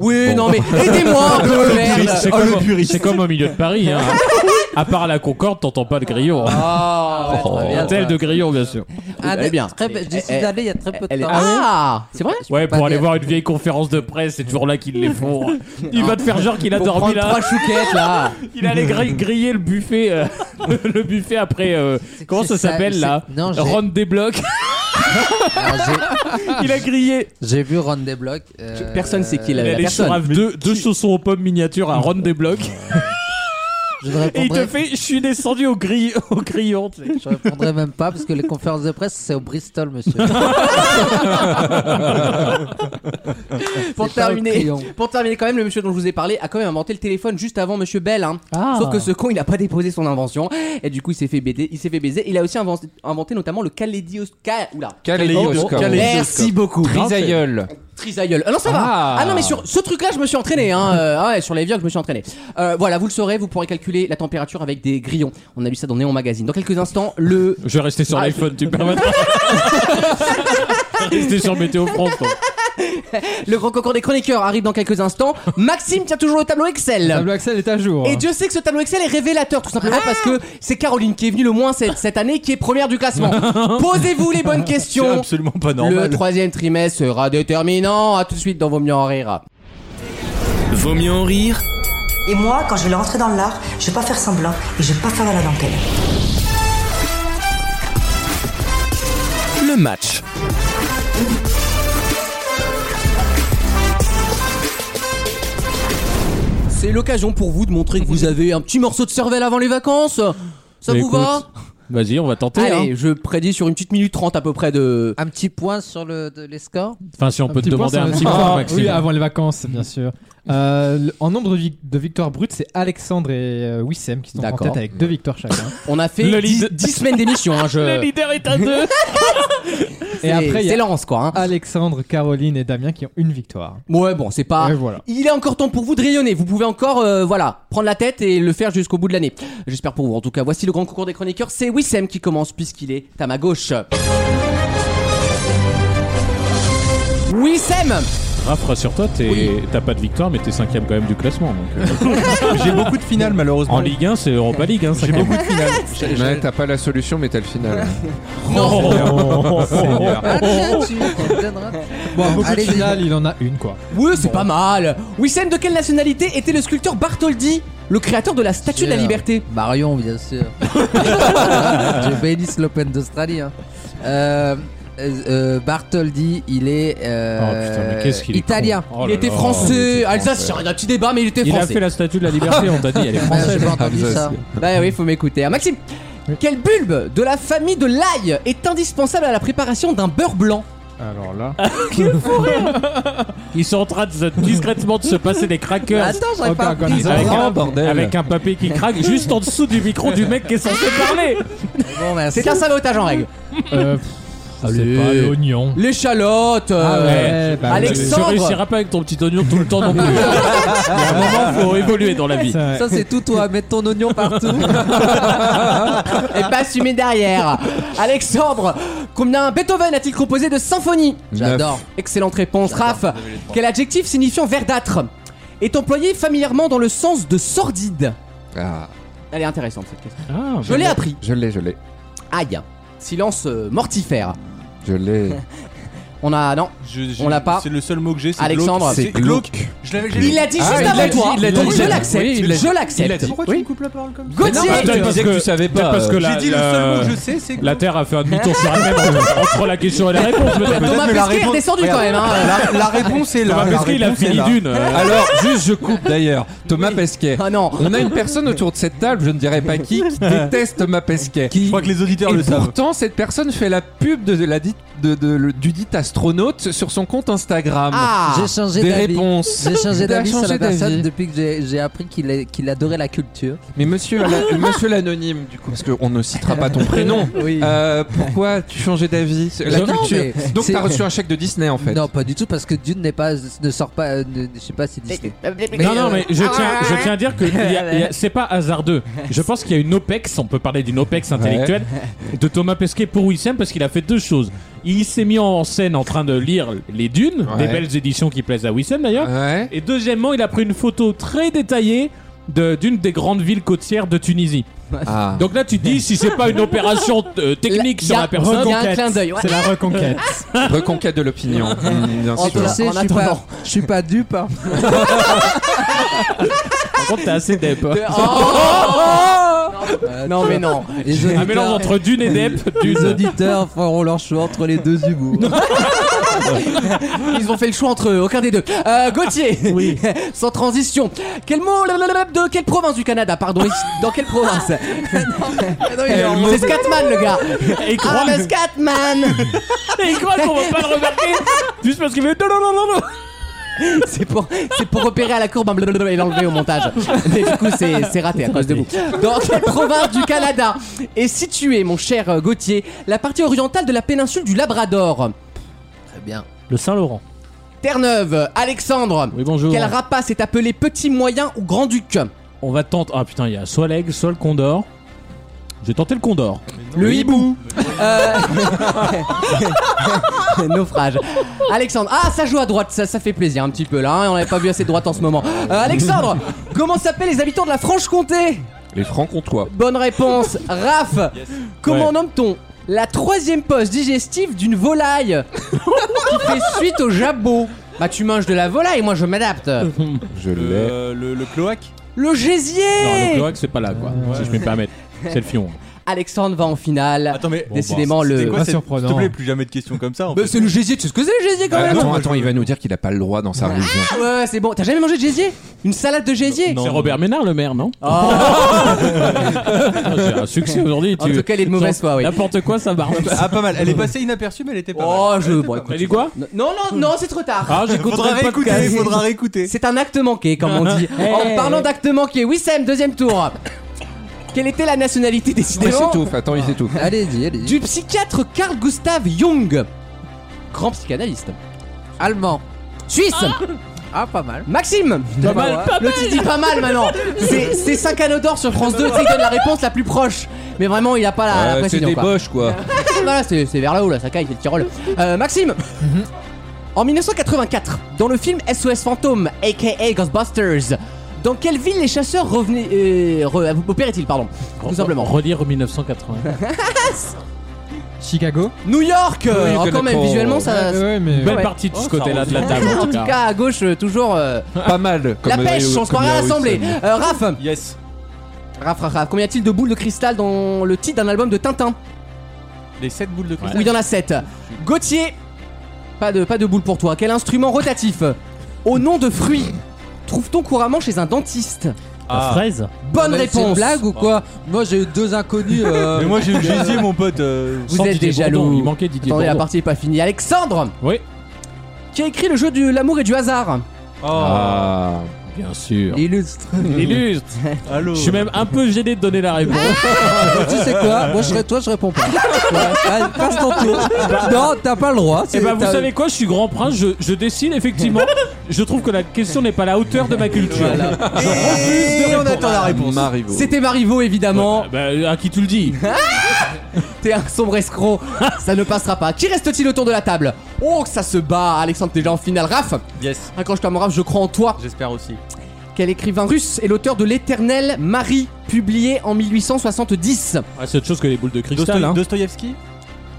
Speaker 2: Oui, non, mais aidez-moi un peu,
Speaker 3: C'est-
Speaker 2: merde. Oh,
Speaker 3: C'est comme, c'est comme au milieu de Paris. Hein. à part la Concorde, t'entends pas le grillon.
Speaker 2: Ah, ouais, très bien.
Speaker 3: Tel de grillon, bien sûr.
Speaker 4: Ah,
Speaker 2: Elle est bien.
Speaker 4: Très, je suis
Speaker 2: Elle est-
Speaker 4: allé il y a très peu de
Speaker 2: Elle est-
Speaker 4: temps.
Speaker 2: Ah, c'est vrai
Speaker 3: Ouais,
Speaker 4: pas
Speaker 3: pour aller
Speaker 4: dire.
Speaker 3: voir une vieille conférence de presse, c'est toujours là qu'ils les font. Il va te faire genre qu'il a
Speaker 2: Pour
Speaker 3: dormi
Speaker 2: prendre
Speaker 3: là.
Speaker 2: trois chouquettes là.
Speaker 3: Il allait gri- griller le buffet, euh, le buffet après. euh, comment
Speaker 4: c'est
Speaker 3: ça
Speaker 4: ça,
Speaker 3: s'appelle
Speaker 4: c'est-
Speaker 3: là
Speaker 4: non, j'ai-
Speaker 3: Ron Desblocs.
Speaker 4: Ah, j'ai-
Speaker 3: Il a grillé.
Speaker 4: J'ai vu Ron Desblocs. euh,
Speaker 2: Personne sait qui
Speaker 3: Il
Speaker 2: l'a-
Speaker 3: allait
Speaker 2: personne.
Speaker 3: sur Rave deux, deux chaussons aux pommes miniatures à Ron Desblocs.
Speaker 4: Je ne
Speaker 3: Et il te
Speaker 4: répondrai,
Speaker 3: fait Je suis descendu au, grill, au grillon. tu sais.
Speaker 4: je répondrai même pas parce que les conférences de presse c'est au Bristol, monsieur.
Speaker 2: Pour
Speaker 4: C'est pas au
Speaker 2: terminer,
Speaker 4: crayon.
Speaker 2: pour terminer quand même, le monsieur dont je vous ai parlé a quand même inventé le téléphone juste avant Monsieur Bell. Hein.
Speaker 4: Ah.
Speaker 2: Sauf que ce con, il n'a pas déposé son invention et du coup, il s'est fait baiser. Il s'est fait baiser. Il a aussi inventé, inventé notamment le kaléidoscope. Oula. Oh,
Speaker 5: Caléidoscope.
Speaker 2: Merci beaucoup.
Speaker 5: Trisaïeul.
Speaker 2: Trisaïeul. Ah non, ça va.
Speaker 5: Ah.
Speaker 2: Ah non, mais sur ce truc-là, je me suis entraîné. Hein. Euh, ah ouais, sur les vieux, je me suis entraîné. Euh, voilà, vous le saurez, vous pourrez calculer la température avec des grillons. On a lu ça dans Néon Magazine. Dans quelques instants, le.
Speaker 3: Je vais rester sur
Speaker 2: Ah,
Speaker 3: l'iPhone, tu me permets Rester sur Météo France. quoi.
Speaker 2: Le grand concours des chroniqueurs arrive dans quelques instants. Maxime tient toujours le tableau Excel.
Speaker 6: Le tableau Axel est à jour.
Speaker 2: Et Dieu sait que ce tableau Excel est révélateur, tout simplement
Speaker 3: Ah.
Speaker 2: parce que c'est Caroline qui est venue le moins cette, cette année, qui est première du classement. Posez-vous les bonnes
Speaker 7: C'est
Speaker 2: questions.
Speaker 7: absolument pas
Speaker 2: Le
Speaker 7: normal.
Speaker 2: troisième trimestre sera déterminant. À tout de suite dans Vos mieux en rire.
Speaker 1: Vaut mieux en rire
Speaker 11: Et moi, quand je vais rentrer dans l'art, je vais pas faire semblant et je vais pas faire à la dentelle.
Speaker 1: le match.
Speaker 2: C'est l'occasion pour vous de montrer que vous avez un petit morceau de cervelle avant les vacances. Ça
Speaker 3: Mais
Speaker 2: vous
Speaker 3: écoute,
Speaker 2: va
Speaker 3: Vas-y, on va tenter. hein.
Speaker 2: Allez, je prédis sur une petite minute trente à peu près de.
Speaker 3: Ah,
Speaker 4: Un petit point sur le de, les scores.
Speaker 3: Enfin, si on peut te demander un petit point, Maxime.
Speaker 6: Ah, Oui, avant les vacances, bien sûr. Euh, le- en nombre de, vic- de victoires brutes, c'est Alexandre et euh, Wissem qui sont en
Speaker 2: D'accord.
Speaker 6: tête avec deux victoires chacun.
Speaker 2: On a fait
Speaker 3: Le
Speaker 2: 10,
Speaker 3: lead-
Speaker 2: semaines d'émission. Hein, je...
Speaker 3: Le leader est à deux.
Speaker 6: et
Speaker 2: C'est-
Speaker 6: après, il y
Speaker 2: c'est
Speaker 6: a
Speaker 2: Laurence quoi. hein.
Speaker 6: Alexandre, Caroline et Damien qui ont une victoire.
Speaker 2: Ouais, bon, c'est pas.
Speaker 6: Et voilà.
Speaker 2: Il est encore temps pour vous de rayonner. Vous pouvez encore, euh, voilà, prendre la tête et le faire jusqu'au bout de l'année. J'espère pour vous. En tout cas, voici le grand concours des chroniqueurs. C'est Wissem qui commence puisqu'il est à ma gauche. Wissem
Speaker 3: Raph, rassure-toi, t'es- t'as pas de victoire, mais t'es cinquième quand même du classement. donc, euh,
Speaker 7: J'ai beaucoup de finales,
Speaker 3: En
Speaker 7: malheureusement.
Speaker 3: Ligue 1, c'est Europa League. Hein,
Speaker 7: J'ai
Speaker 3: cinquième.
Speaker 7: beaucoup de finales. J'ai- j'ai-
Speaker 5: Ouais, t'as pas la solution, mais t'as le final.
Speaker 2: Non
Speaker 4: Ah, tiens, tu tu me donneras.
Speaker 6: Bon, beaucoup
Speaker 4: allez,
Speaker 6: de finales, il en a une quoi.
Speaker 2: Oui, c'est pas mal. Wissem, de quelle nationalité était le sculpteur Bartholdi, le créateur de la Statue de la
Speaker 4: Sûr.
Speaker 2: Liberté
Speaker 4: Marion, bien sûr. je bénisse l'Open d'Australie. hein. Euh, euh, Bartholdi, il est euh,
Speaker 3: Oh, putain, mais qu'est-ce qu'il est
Speaker 4: italien.
Speaker 3: con. Oh
Speaker 2: Il
Speaker 3: là
Speaker 2: était
Speaker 3: là.
Speaker 2: français. Alsace, il y a un petit débat, mais il était
Speaker 3: Il a
Speaker 2: français.
Speaker 3: fait la statue de la liberté, on t'a dit, elle est
Speaker 4: Ah, J'ai
Speaker 3: française.
Speaker 4: pas entendu
Speaker 5: Alsace.
Speaker 4: ça.
Speaker 2: Bah oui, faut m'écouter. Ah, Maxime, quel bulbe de la famille de l'ail est indispensable à la préparation d'un beurre blanc
Speaker 6: Alors là,
Speaker 3: Ils sont en train de se- discrètement de se passer des crackers.
Speaker 4: Attends, j'aurais pas
Speaker 6: encore
Speaker 4: appris.
Speaker 6: un
Speaker 3: Avec un,
Speaker 5: bordel.
Speaker 3: avec un papier qui craque juste en dessous du micro du mec qui est censé parler.
Speaker 4: Bon, merci.
Speaker 2: bah, C'est un sabotage en
Speaker 4: Ah
Speaker 2: règle.
Speaker 6: euh, pff, je sais pas, l'oignon.
Speaker 2: L'échalote
Speaker 6: Ah
Speaker 2: euh,
Speaker 6: ouais, bah,
Speaker 2: Alex- Alexandre.
Speaker 3: Tu réussiras pas avec ton petit oignon tout le temps non plus. Il y a un moment, faut évoluer dans la vie.
Speaker 6: ouais.
Speaker 4: Ça, c'est tout toi. Mettre ton oignon partout.
Speaker 2: et pas assumé derrière. Alexandre, combien Beethoven a-t-il composé de symphonies
Speaker 4: J'adore.
Speaker 2: Excellente réponse, Raph. Quel adjectif signifiant verdâtre est employé familièrement dans le sens de sordide
Speaker 5: Ah,
Speaker 2: Elle est intéressante cette question.
Speaker 3: Ah,
Speaker 2: Je l'ai appris.
Speaker 5: je l'ai, je l'ai.
Speaker 2: Aïe. Silence euh, mortifère.
Speaker 5: Je l'ai.
Speaker 2: On a non.
Speaker 7: j'ai-
Speaker 2: on l'a pas.
Speaker 7: C'est le seul mot que j'ai. c'est
Speaker 2: Alexandre,
Speaker 7: glauque. C'est glauque. Je l'avais- je l'avais-
Speaker 2: Il l'a dit
Speaker 7: Ah,
Speaker 2: juste
Speaker 7: il l'a
Speaker 2: avant
Speaker 7: dit,
Speaker 2: toi.
Speaker 7: il l'a dit,
Speaker 2: Donc
Speaker 7: il
Speaker 2: je
Speaker 7: l'a dit. Oui,
Speaker 2: l'accepte.
Speaker 7: il l'a
Speaker 2: Je
Speaker 7: dit.
Speaker 2: l'accepte.
Speaker 7: Il l'a dit. Pourquoi tu me coupes
Speaker 2: la parole
Speaker 7: comme
Speaker 2: ça Gauthier
Speaker 3: Peut-être parce que- peut-être parce que la,
Speaker 7: euh, J'ai dit le
Speaker 3: la-
Speaker 7: seul mot que je sais, c'est
Speaker 3: La Terre a fait un demi-tour sur elle-même entre- entre la question et la réponse. peut-être.
Speaker 2: Thomas
Speaker 7: Mais la
Speaker 2: Pesquet est
Speaker 7: réponse-
Speaker 2: redescendu quand même. hein.
Speaker 7: La- la réponse est là,
Speaker 3: Thomas
Speaker 7: la
Speaker 3: Pesquet, il a
Speaker 7: réponse est
Speaker 3: fini
Speaker 7: là.
Speaker 3: d'une. euh,
Speaker 5: Alors, juste, je coupe d'ailleurs. Thomas Pesquet.
Speaker 2: Ah non.
Speaker 5: On a une personne autour de cette table, je ne dirais pas qui, qui déteste Thomas Pesquet.
Speaker 7: Je crois que les auditeurs
Speaker 5: Et
Speaker 7: le savent.
Speaker 5: pourtant, cette personne fait la pub de, de la dite- de- de- le- du dit astronaute sur son compte Instagram.
Speaker 2: Ah
Speaker 4: J'ai changé
Speaker 5: Des
Speaker 4: d'avis.
Speaker 5: réponses.
Speaker 4: J'ai changé
Speaker 5: T'as
Speaker 4: d'avis sur
Speaker 5: changé
Speaker 4: la personne
Speaker 5: d'avis.
Speaker 4: depuis que j'ai- j'ai appris qu'il est- qu'il adorait la culture.
Speaker 5: Mais monsieur, la- monsieur l'anonyme, du coup, parce qu'on ne citera pas ton prénom,
Speaker 4: Oui.
Speaker 5: euh, pourquoi tu changeais d'avis sur La
Speaker 4: Non,
Speaker 5: culture.
Speaker 4: mais
Speaker 5: Donc,
Speaker 4: c'est-
Speaker 5: t'as reçu un chèque de Disney en fait.
Speaker 4: Non, pas du tout, parce que Dune n'est pas, ne sort pas. euh, ne- je sais pas si
Speaker 2: Eh,
Speaker 4: Disney.
Speaker 3: non, non, mais je tiens, je tiens à dire que il y a- il y a- c'est pas hasardeux. Je pense qu'il y a une OPEX, on peut parler d'une OPEX intellectuelle, de Thomas Pesquet pour Wissem parce qu'il a fait deux choses. Il s'est mis en scène en train de lire Les Dunes,
Speaker 5: Ouais.
Speaker 3: des belles éditions qui plaisent à Wissem d'ailleurs.
Speaker 5: Ouais.
Speaker 3: Et deuxièmement, il a pris une photo très détaillée de- d'une des grandes villes côtières de Tunisie.
Speaker 5: Ah.
Speaker 3: Donc là, tu te dis si c'est pas une opération euh, technique
Speaker 2: Là,
Speaker 3: sur
Speaker 2: y a-
Speaker 3: la personne.
Speaker 2: Il y a un clin d'œil. ouais.
Speaker 6: C'est la reconquête.
Speaker 5: Reconquête de l'opinion. Mm, bien
Speaker 2: En
Speaker 5: sûr.
Speaker 2: tout
Speaker 4: Tu
Speaker 2: cas,
Speaker 4: sais,
Speaker 2: en
Speaker 4: je suis pas,
Speaker 2: attendant.
Speaker 4: je suis pas dupe. hein.
Speaker 3: Par contre, t'es assez dep. hein.
Speaker 2: Oh Non mais non.
Speaker 4: Les
Speaker 3: Un
Speaker 4: auditeurs,
Speaker 3: mélange Ah, entre Dune et dep.
Speaker 4: les
Speaker 3: Dune.
Speaker 4: auditeurs feront leur choix entre les deux humours.
Speaker 2: Ils ont fait le choix entre eux, aucun des deux. Euh, Gauthier, oui. sans transition. Quel mot lalalala, de quelle province du Canada Pardon, dans quelle province Euh, C'est Scatman le gars.
Speaker 3: Et crois
Speaker 2: Ah le Scatman
Speaker 3: Et il croit qu'on va pas le remarquer juste parce qu'il fait non non non non non.
Speaker 2: C'est pour, c'est pour repérer à la courbe un blablabla et l'enlever au montage. Mais du coup, c'est, c'est raté à cause de vous. Dans quelle province du Canada est située, mon cher euh, Gauthier, la partie orientale de la péninsule du Labrador
Speaker 4: Très bien.
Speaker 8: Le Saint-Laurent.
Speaker 2: Terre-Neuve, Alexandre.
Speaker 3: Oui bonjour.
Speaker 2: Quel rapace est appelé petit, moyen ou grand-duc
Speaker 3: On va tenter. Ah putain, il y a soit l'aigle, soit le condor. J'ai tenté le condor.
Speaker 2: Le hibou. Euh, Naufrage. Alexandre. Ah, ça joue à droite, ça, ça fait plaisir un petit peu là. hein, on n'avait pas vu assez de droite en ce moment. Euh, Alexandre, comment s'appellent les habitants de la Franche-Comté
Speaker 5: Les francs comtois.
Speaker 2: Bonne réponse. Raph, comment nomme-t-on la troisième poche digestive d'une volaille qui fait suite au jabot Bah, tu manges de la volaille, moi je m'adapte.
Speaker 5: Je l'ai.
Speaker 7: Le, le, le cloaque
Speaker 2: Le
Speaker 3: Euh, Non, le
Speaker 2: gésier
Speaker 3: cloaque c'est pas là quoi. Si je peux me permettre. C'est le fion.
Speaker 2: Alexandre va en finale.
Speaker 7: Attends, mais.
Speaker 4: bah,
Speaker 2: Décidément, le-
Speaker 7: C'était quoi
Speaker 6: Pas
Speaker 7: cette-
Speaker 6: surprenant.
Speaker 7: S'il te plaît, plus jamais de questions comme ça. en
Speaker 2: Bah,
Speaker 7: fait.
Speaker 2: c'est le gésier, tu sais ce que c'est le gésier quand
Speaker 7: Bah,
Speaker 2: même
Speaker 5: Attends, attends, il va nous dire qu'il a pas le droit dans sa région.
Speaker 2: Ah ouais, ouais, c'est bon. T'as jamais mangé de gésier Une salade de gésier
Speaker 3: C'est Robert Ménard le maire non Ah,
Speaker 2: Oh,
Speaker 3: C'est un succès aujourd'hui.
Speaker 2: En
Speaker 3: tu-
Speaker 2: tout cas, il est de mauvaise foi, oui.
Speaker 3: N'importe quoi ça marche.
Speaker 7: Ah, pas mal. Elle est passée inaperçue, mais elle était pas
Speaker 2: Oh,
Speaker 7: mal.
Speaker 2: je. Bon, écoute.
Speaker 3: T'as dit quoi
Speaker 2: Non, non, non, c'est trop tard.
Speaker 3: Ah j'écouterai
Speaker 7: Faudra
Speaker 3: le podcast.
Speaker 7: réécouter, faudra réécouter.
Speaker 2: C'est un acte manqué, comme on dit. En parlant d'acte manqué, Wissem, deuxième tour. Quelle était la nationalité
Speaker 5: Il
Speaker 2: décidément
Speaker 5: s'étouffe, attends, il s'étouffe.
Speaker 2: Ah,
Speaker 4: Allez-y, allez-y.
Speaker 2: du psychiatre Carl Gustav Jung Grand psychanalyste.
Speaker 4: Allemand.
Speaker 2: Suisse
Speaker 4: Ah, pas mal.
Speaker 2: Maxime
Speaker 4: Pas mal,
Speaker 2: Le petit dit pas mal maintenant C'est c'est 5 anneaux d'or sur France 2, tu sais, il donne la réponse la plus proche. Mais vraiment, il a pas
Speaker 4: Euh,
Speaker 2: la, la
Speaker 5: Ouais, c'est
Speaker 2: précision.
Speaker 5: des
Speaker 2: quoi.
Speaker 5: boches quoi.
Speaker 2: Voilà, c'est c'est vers là-haut, là, ça caille, c'est le tirole. Euh, Maxime En 1984, dans le film SOS Fantôme, aka Ghostbusters, dans quelle ville les chasseurs revenaient. Euh, re- opéraient-ils, pardon Tout simplement.
Speaker 3: Relire 1980.
Speaker 6: Chicago.
Speaker 2: New York euh,
Speaker 5: Oui, you
Speaker 2: quand
Speaker 5: cannot
Speaker 2: même,
Speaker 5: call.
Speaker 2: visuellement, ça.
Speaker 6: Ouais, ouais, mais.
Speaker 3: Belle
Speaker 2: Ouais.
Speaker 3: partie de ce côté-là de Oh, la table.
Speaker 2: en tout cas, à gauche, euh, toujours. euh,
Speaker 5: Pas mal. Comme
Speaker 2: la pêche,
Speaker 5: euh,
Speaker 2: on se
Speaker 5: comme
Speaker 2: croirait à
Speaker 5: la
Speaker 2: l'Assemblée.
Speaker 5: Wilson.
Speaker 2: Euh, Raph,
Speaker 7: Yes.
Speaker 2: Raph, Raph, Raph, combien y a-t-il de boules de cristal dans le titre d'un album de Tintin
Speaker 7: Les 7 boules de cristal.
Speaker 2: Oui, il y en a 7. Gauthier, pas de, pas de boule pour toi. Quel instrument rotatif Au nom de fruits, trouve-t-on couramment chez un dentiste
Speaker 3: Ah.
Speaker 8: La fraise.
Speaker 2: Bonne
Speaker 4: Ah, Mais C'est une
Speaker 2: réponse
Speaker 4: blague ou quoi Moi, j'ai eu deux inconnus. euh,
Speaker 7: Oh. Mais moi j'ai eu gésier, mon pote. euh,
Speaker 2: Vous
Speaker 3: Sans
Speaker 2: êtes
Speaker 3: Didier
Speaker 2: des
Speaker 3: Bourdon,
Speaker 2: jaloux.
Speaker 3: Il manquait Didier
Speaker 2: Attendez, la
Speaker 3: Bourdon.
Speaker 2: partie n'est pas finie. Alexandre
Speaker 3: Oui.
Speaker 2: Qui a écrit le jeu de l'amour et du hasard
Speaker 5: Ah.
Speaker 3: Bien sûr.
Speaker 4: Illustre.
Speaker 3: Illustre.
Speaker 7: Allô.
Speaker 3: Je suis même un peu gêné de donner la réponse.
Speaker 4: tu sais quoi Moi, je serais toi, je réponds pas. Ouais. Allez, passe ton tour. Non, t'as pas le droit.
Speaker 3: Et
Speaker 7: Eh
Speaker 4: c'est-
Speaker 7: ben,
Speaker 3: bah vous
Speaker 4: t'as-
Speaker 3: savez quoi, je suis grand prince, je, je dessine effectivement. Je trouve que la question n'est pas à la hauteur de ma culture.
Speaker 5: Eh,
Speaker 7: Et on attend la réponse.
Speaker 5: Marivaux.
Speaker 2: C'était Marivaux, évidemment.
Speaker 3: Bah, bah, à qui tu le dis
Speaker 2: T'es un sombre escroc. ça ne passera pas. Qui reste-t-il autour de la table Oh, que ça se bat. Alexandre, t'es déjà en finale. Raph,
Speaker 7: Yes.
Speaker 2: accroche-toi, mon Raph, je crois en toi.
Speaker 7: J'espère aussi.
Speaker 2: Quel écrivain russe est l'auteur de L'éternel Marie, publié en 1870
Speaker 3: ah, hein.
Speaker 5: hein.
Speaker 3: C'est autre chose que les boules de cristal.
Speaker 7: Dostoï-
Speaker 3: hein.
Speaker 7: Dostoïevski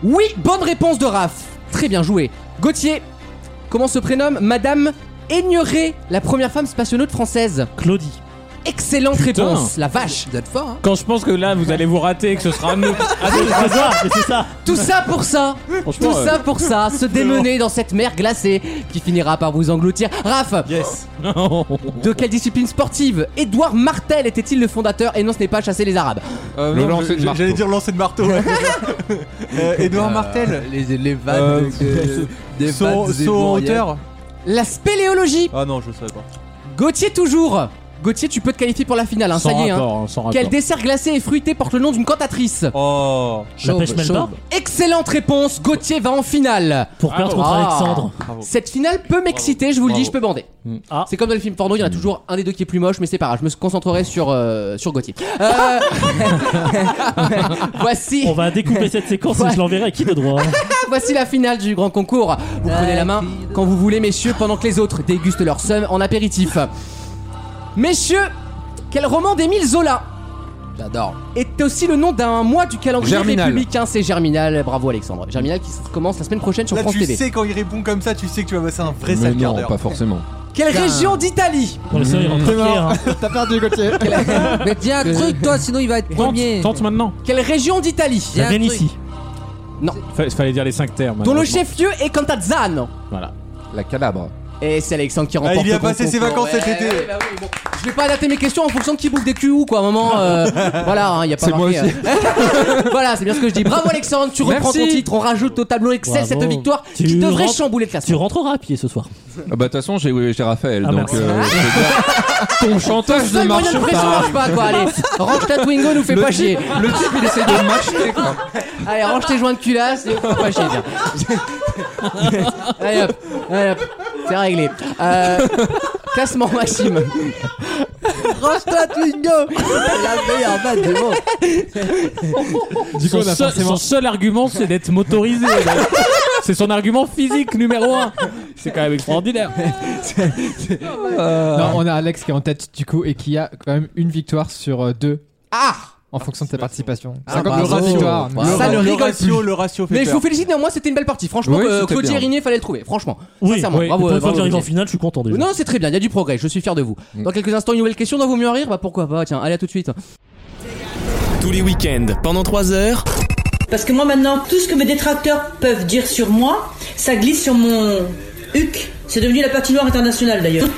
Speaker 2: Oui, bonne réponse de Raph. Très bien joué. Gauthier, comment se prénomme Madame Aigneret, la première femme spationaute française
Speaker 8: Claudie.
Speaker 2: Excellente
Speaker 3: Putain.
Speaker 2: réponse, la vache. Vous êtes fort, hein.
Speaker 3: Quand je pense que là, vous allez vous rater et que ce sera à nous. Ah,
Speaker 2: oui, c'est ça,
Speaker 8: c'est ça.
Speaker 2: Tout ça pour ça
Speaker 3: Franchement,
Speaker 2: Tout ça
Speaker 3: euh,
Speaker 2: pour ça Se démener dans cette mer glacée qui finira par vous engloutir. Raph
Speaker 7: Yes.
Speaker 2: De quelle discipline sportive Édouard Martel était-il le fondateur Et non, ce n'est pas chasser les Arabes.
Speaker 5: Le non, lancer je- de marteau.
Speaker 7: Euh, J'allais dire lancer de marteau. Edouard Martel.
Speaker 4: Euh, Les, les vannes
Speaker 7: Euh,
Speaker 4: de- des
Speaker 7: Saut
Speaker 4: vannes
Speaker 7: saut en
Speaker 4: zébouriennes.
Speaker 7: hauteur.
Speaker 2: La spéléologie
Speaker 7: Ah non, je le savais pas.
Speaker 2: Gauthier toujours Gauthier, tu peux te qualifier pour la finale, hein, ça
Speaker 3: Sans
Speaker 2: y est. hein.
Speaker 3: rapport, hein, sans
Speaker 2: Quel
Speaker 3: rapport.
Speaker 2: dessert glacé et fruité porte le nom d'une cantatrice
Speaker 7: Oh.
Speaker 8: La pêche Melba
Speaker 2: Excellente réponse, Gauthier va en finale.
Speaker 8: pour perdre contre
Speaker 2: Ah.
Speaker 8: Alexandre.
Speaker 2: Cette finale peut m'exciter, je vous le dis, je peux bander.
Speaker 3: Mm.
Speaker 8: Ah.
Speaker 2: C'est comme dans les films porno, il y en a toujours un des deux qui est plus moche, mais c'est pas grave, je me concentrerai sur, euh, sur Gauthier. Euh, voici,
Speaker 8: On va découper cette séquence
Speaker 2: Ouais.
Speaker 8: et je l'enverrai à qui de droit.
Speaker 3: hein.
Speaker 2: voici la finale du grand concours. Vous prenez la main quand vous voulez, messieurs, pendant que les autres dégustent leur somme en apéritif. Messieurs, quel roman d'Émile Zola
Speaker 4: J'adore.
Speaker 2: est aussi le nom d'un mois du calendrier
Speaker 5: Germinal.
Speaker 2: républicain C'est Germinal, bravo Alexandre. Germinal qui commence la semaine prochaine sur
Speaker 7: Là,
Speaker 2: France
Speaker 7: tu
Speaker 2: TV.
Speaker 7: sais quand il répond comme ça, tu sais que tu vas passer un vrai
Speaker 5: Mais
Speaker 7: sale quart
Speaker 5: non,
Speaker 7: d'heure.
Speaker 5: pas forcément.
Speaker 2: Quelle
Speaker 4: Putain.
Speaker 2: région d'Italie
Speaker 8: Pour
Speaker 3: Mmh.
Speaker 8: le sourire en croquet, hein.
Speaker 6: T'as perdu, Gauthier.
Speaker 4: Mais dis un truc, toi, sinon il va être
Speaker 3: Tente,
Speaker 4: premier.
Speaker 3: tente maintenant.
Speaker 2: Quelle région d'Italie
Speaker 4: Il y a
Speaker 8: La
Speaker 4: un
Speaker 8: Vénitie.
Speaker 3: Fa- fallait dire les 5 termes.
Speaker 2: dont le chef-lieu est Cantazzano.
Speaker 3: Voilà.
Speaker 5: La Calabre.
Speaker 2: Et c'est Alexandre qui remporte
Speaker 7: Ah, il y a
Speaker 2: le grand
Speaker 7: passé ses
Speaker 2: concours.
Speaker 7: vacances cet
Speaker 2: Ouais,
Speaker 7: été.
Speaker 2: ouais, bah oui, bon. Je vais pas adapter mes questions en fonction de qui bouffe des culs ou quoi. À un moment, euh, voilà, hein, il y a pas
Speaker 5: C'est moi
Speaker 2: marqué, euh. voilà, c'est bien ce que je dis. Bravo Alexandre, tu reprends
Speaker 5: Merci.
Speaker 2: ton titre, on rajoute au tableau Excel
Speaker 8: Bravo.
Speaker 2: cette victoire
Speaker 8: Tu
Speaker 2: qui devrait
Speaker 8: rentres-
Speaker 2: chambouler le
Speaker 8: Tu
Speaker 2: classement.
Speaker 8: rentreras à pied ce soir.
Speaker 5: Ah bah de toute façon, j'ai j'ai Raphaël,
Speaker 8: Ah,
Speaker 5: donc...
Speaker 8: merci.
Speaker 5: euh, je vais dire- Ton chantage ne
Speaker 2: Seul moyen
Speaker 5: marche
Speaker 2: de pression
Speaker 5: pas.
Speaker 2: marche pas quoi. Allez, range ta Twingo, nous fais pas chier.
Speaker 5: Le type, il essaie de m'acheter, quoi.
Speaker 2: Allez, range tes joints de culasse et fais pas chier. tiens. Allez hop, allez hop, c'est réglé. Euh, classement Maxime.
Speaker 4: Range-toi, Twingo La meilleure vanne du monde.
Speaker 6: Du coup,
Speaker 3: Son,
Speaker 6: on a
Speaker 3: seul-
Speaker 6: forcément.
Speaker 3: son seul argument, c'est d'être motorisé. c'est son argument physique numéro 1. C'est quand même extraordinaire.
Speaker 6: Non,
Speaker 2: Ah.
Speaker 6: on a Alex qui est en tête, du coup, et qui a quand même une victoire sur euh, deux
Speaker 2: Ah
Speaker 6: en fonction de sa participation.
Speaker 4: Ah,
Speaker 6: 50
Speaker 4: bravo.
Speaker 6: victoires.
Speaker 4: Bravo.
Speaker 2: Ça ne
Speaker 7: le
Speaker 2: rigole
Speaker 7: ratio, le ratio fait
Speaker 2: Mais je
Speaker 7: peur.
Speaker 2: vous félicite néanmoins, c'était une belle partie. Franchement,
Speaker 5: Oui,
Speaker 2: euh,
Speaker 5: c'était
Speaker 2: Claudier
Speaker 5: bien.
Speaker 2: Rinier, fallait le trouver. Franchement,
Speaker 8: Oui,
Speaker 2: sincèrement,
Speaker 8: oui.
Speaker 2: bravo.
Speaker 8: Pour une fois
Speaker 2: bravo,
Speaker 8: que j'arrive en
Speaker 2: Gauthier.
Speaker 8: finale, je suis content déjà.
Speaker 2: non, c'est très bien, il y a du progrès, je suis fier de vous.
Speaker 3: Mm.
Speaker 2: Dans quelques instants, une nouvelle question dans Vaut mieux en rire, bah pourquoi pas, tiens, allez à tout de suite.
Speaker 1: Tous les week-ends, pendant 3 heures,
Speaker 12: Parce que moi maintenant, tout ce que mes détracteurs peuvent dire sur moi, ça glisse sur mon huc. C'est devenu la patinoire internationale d'ailleurs.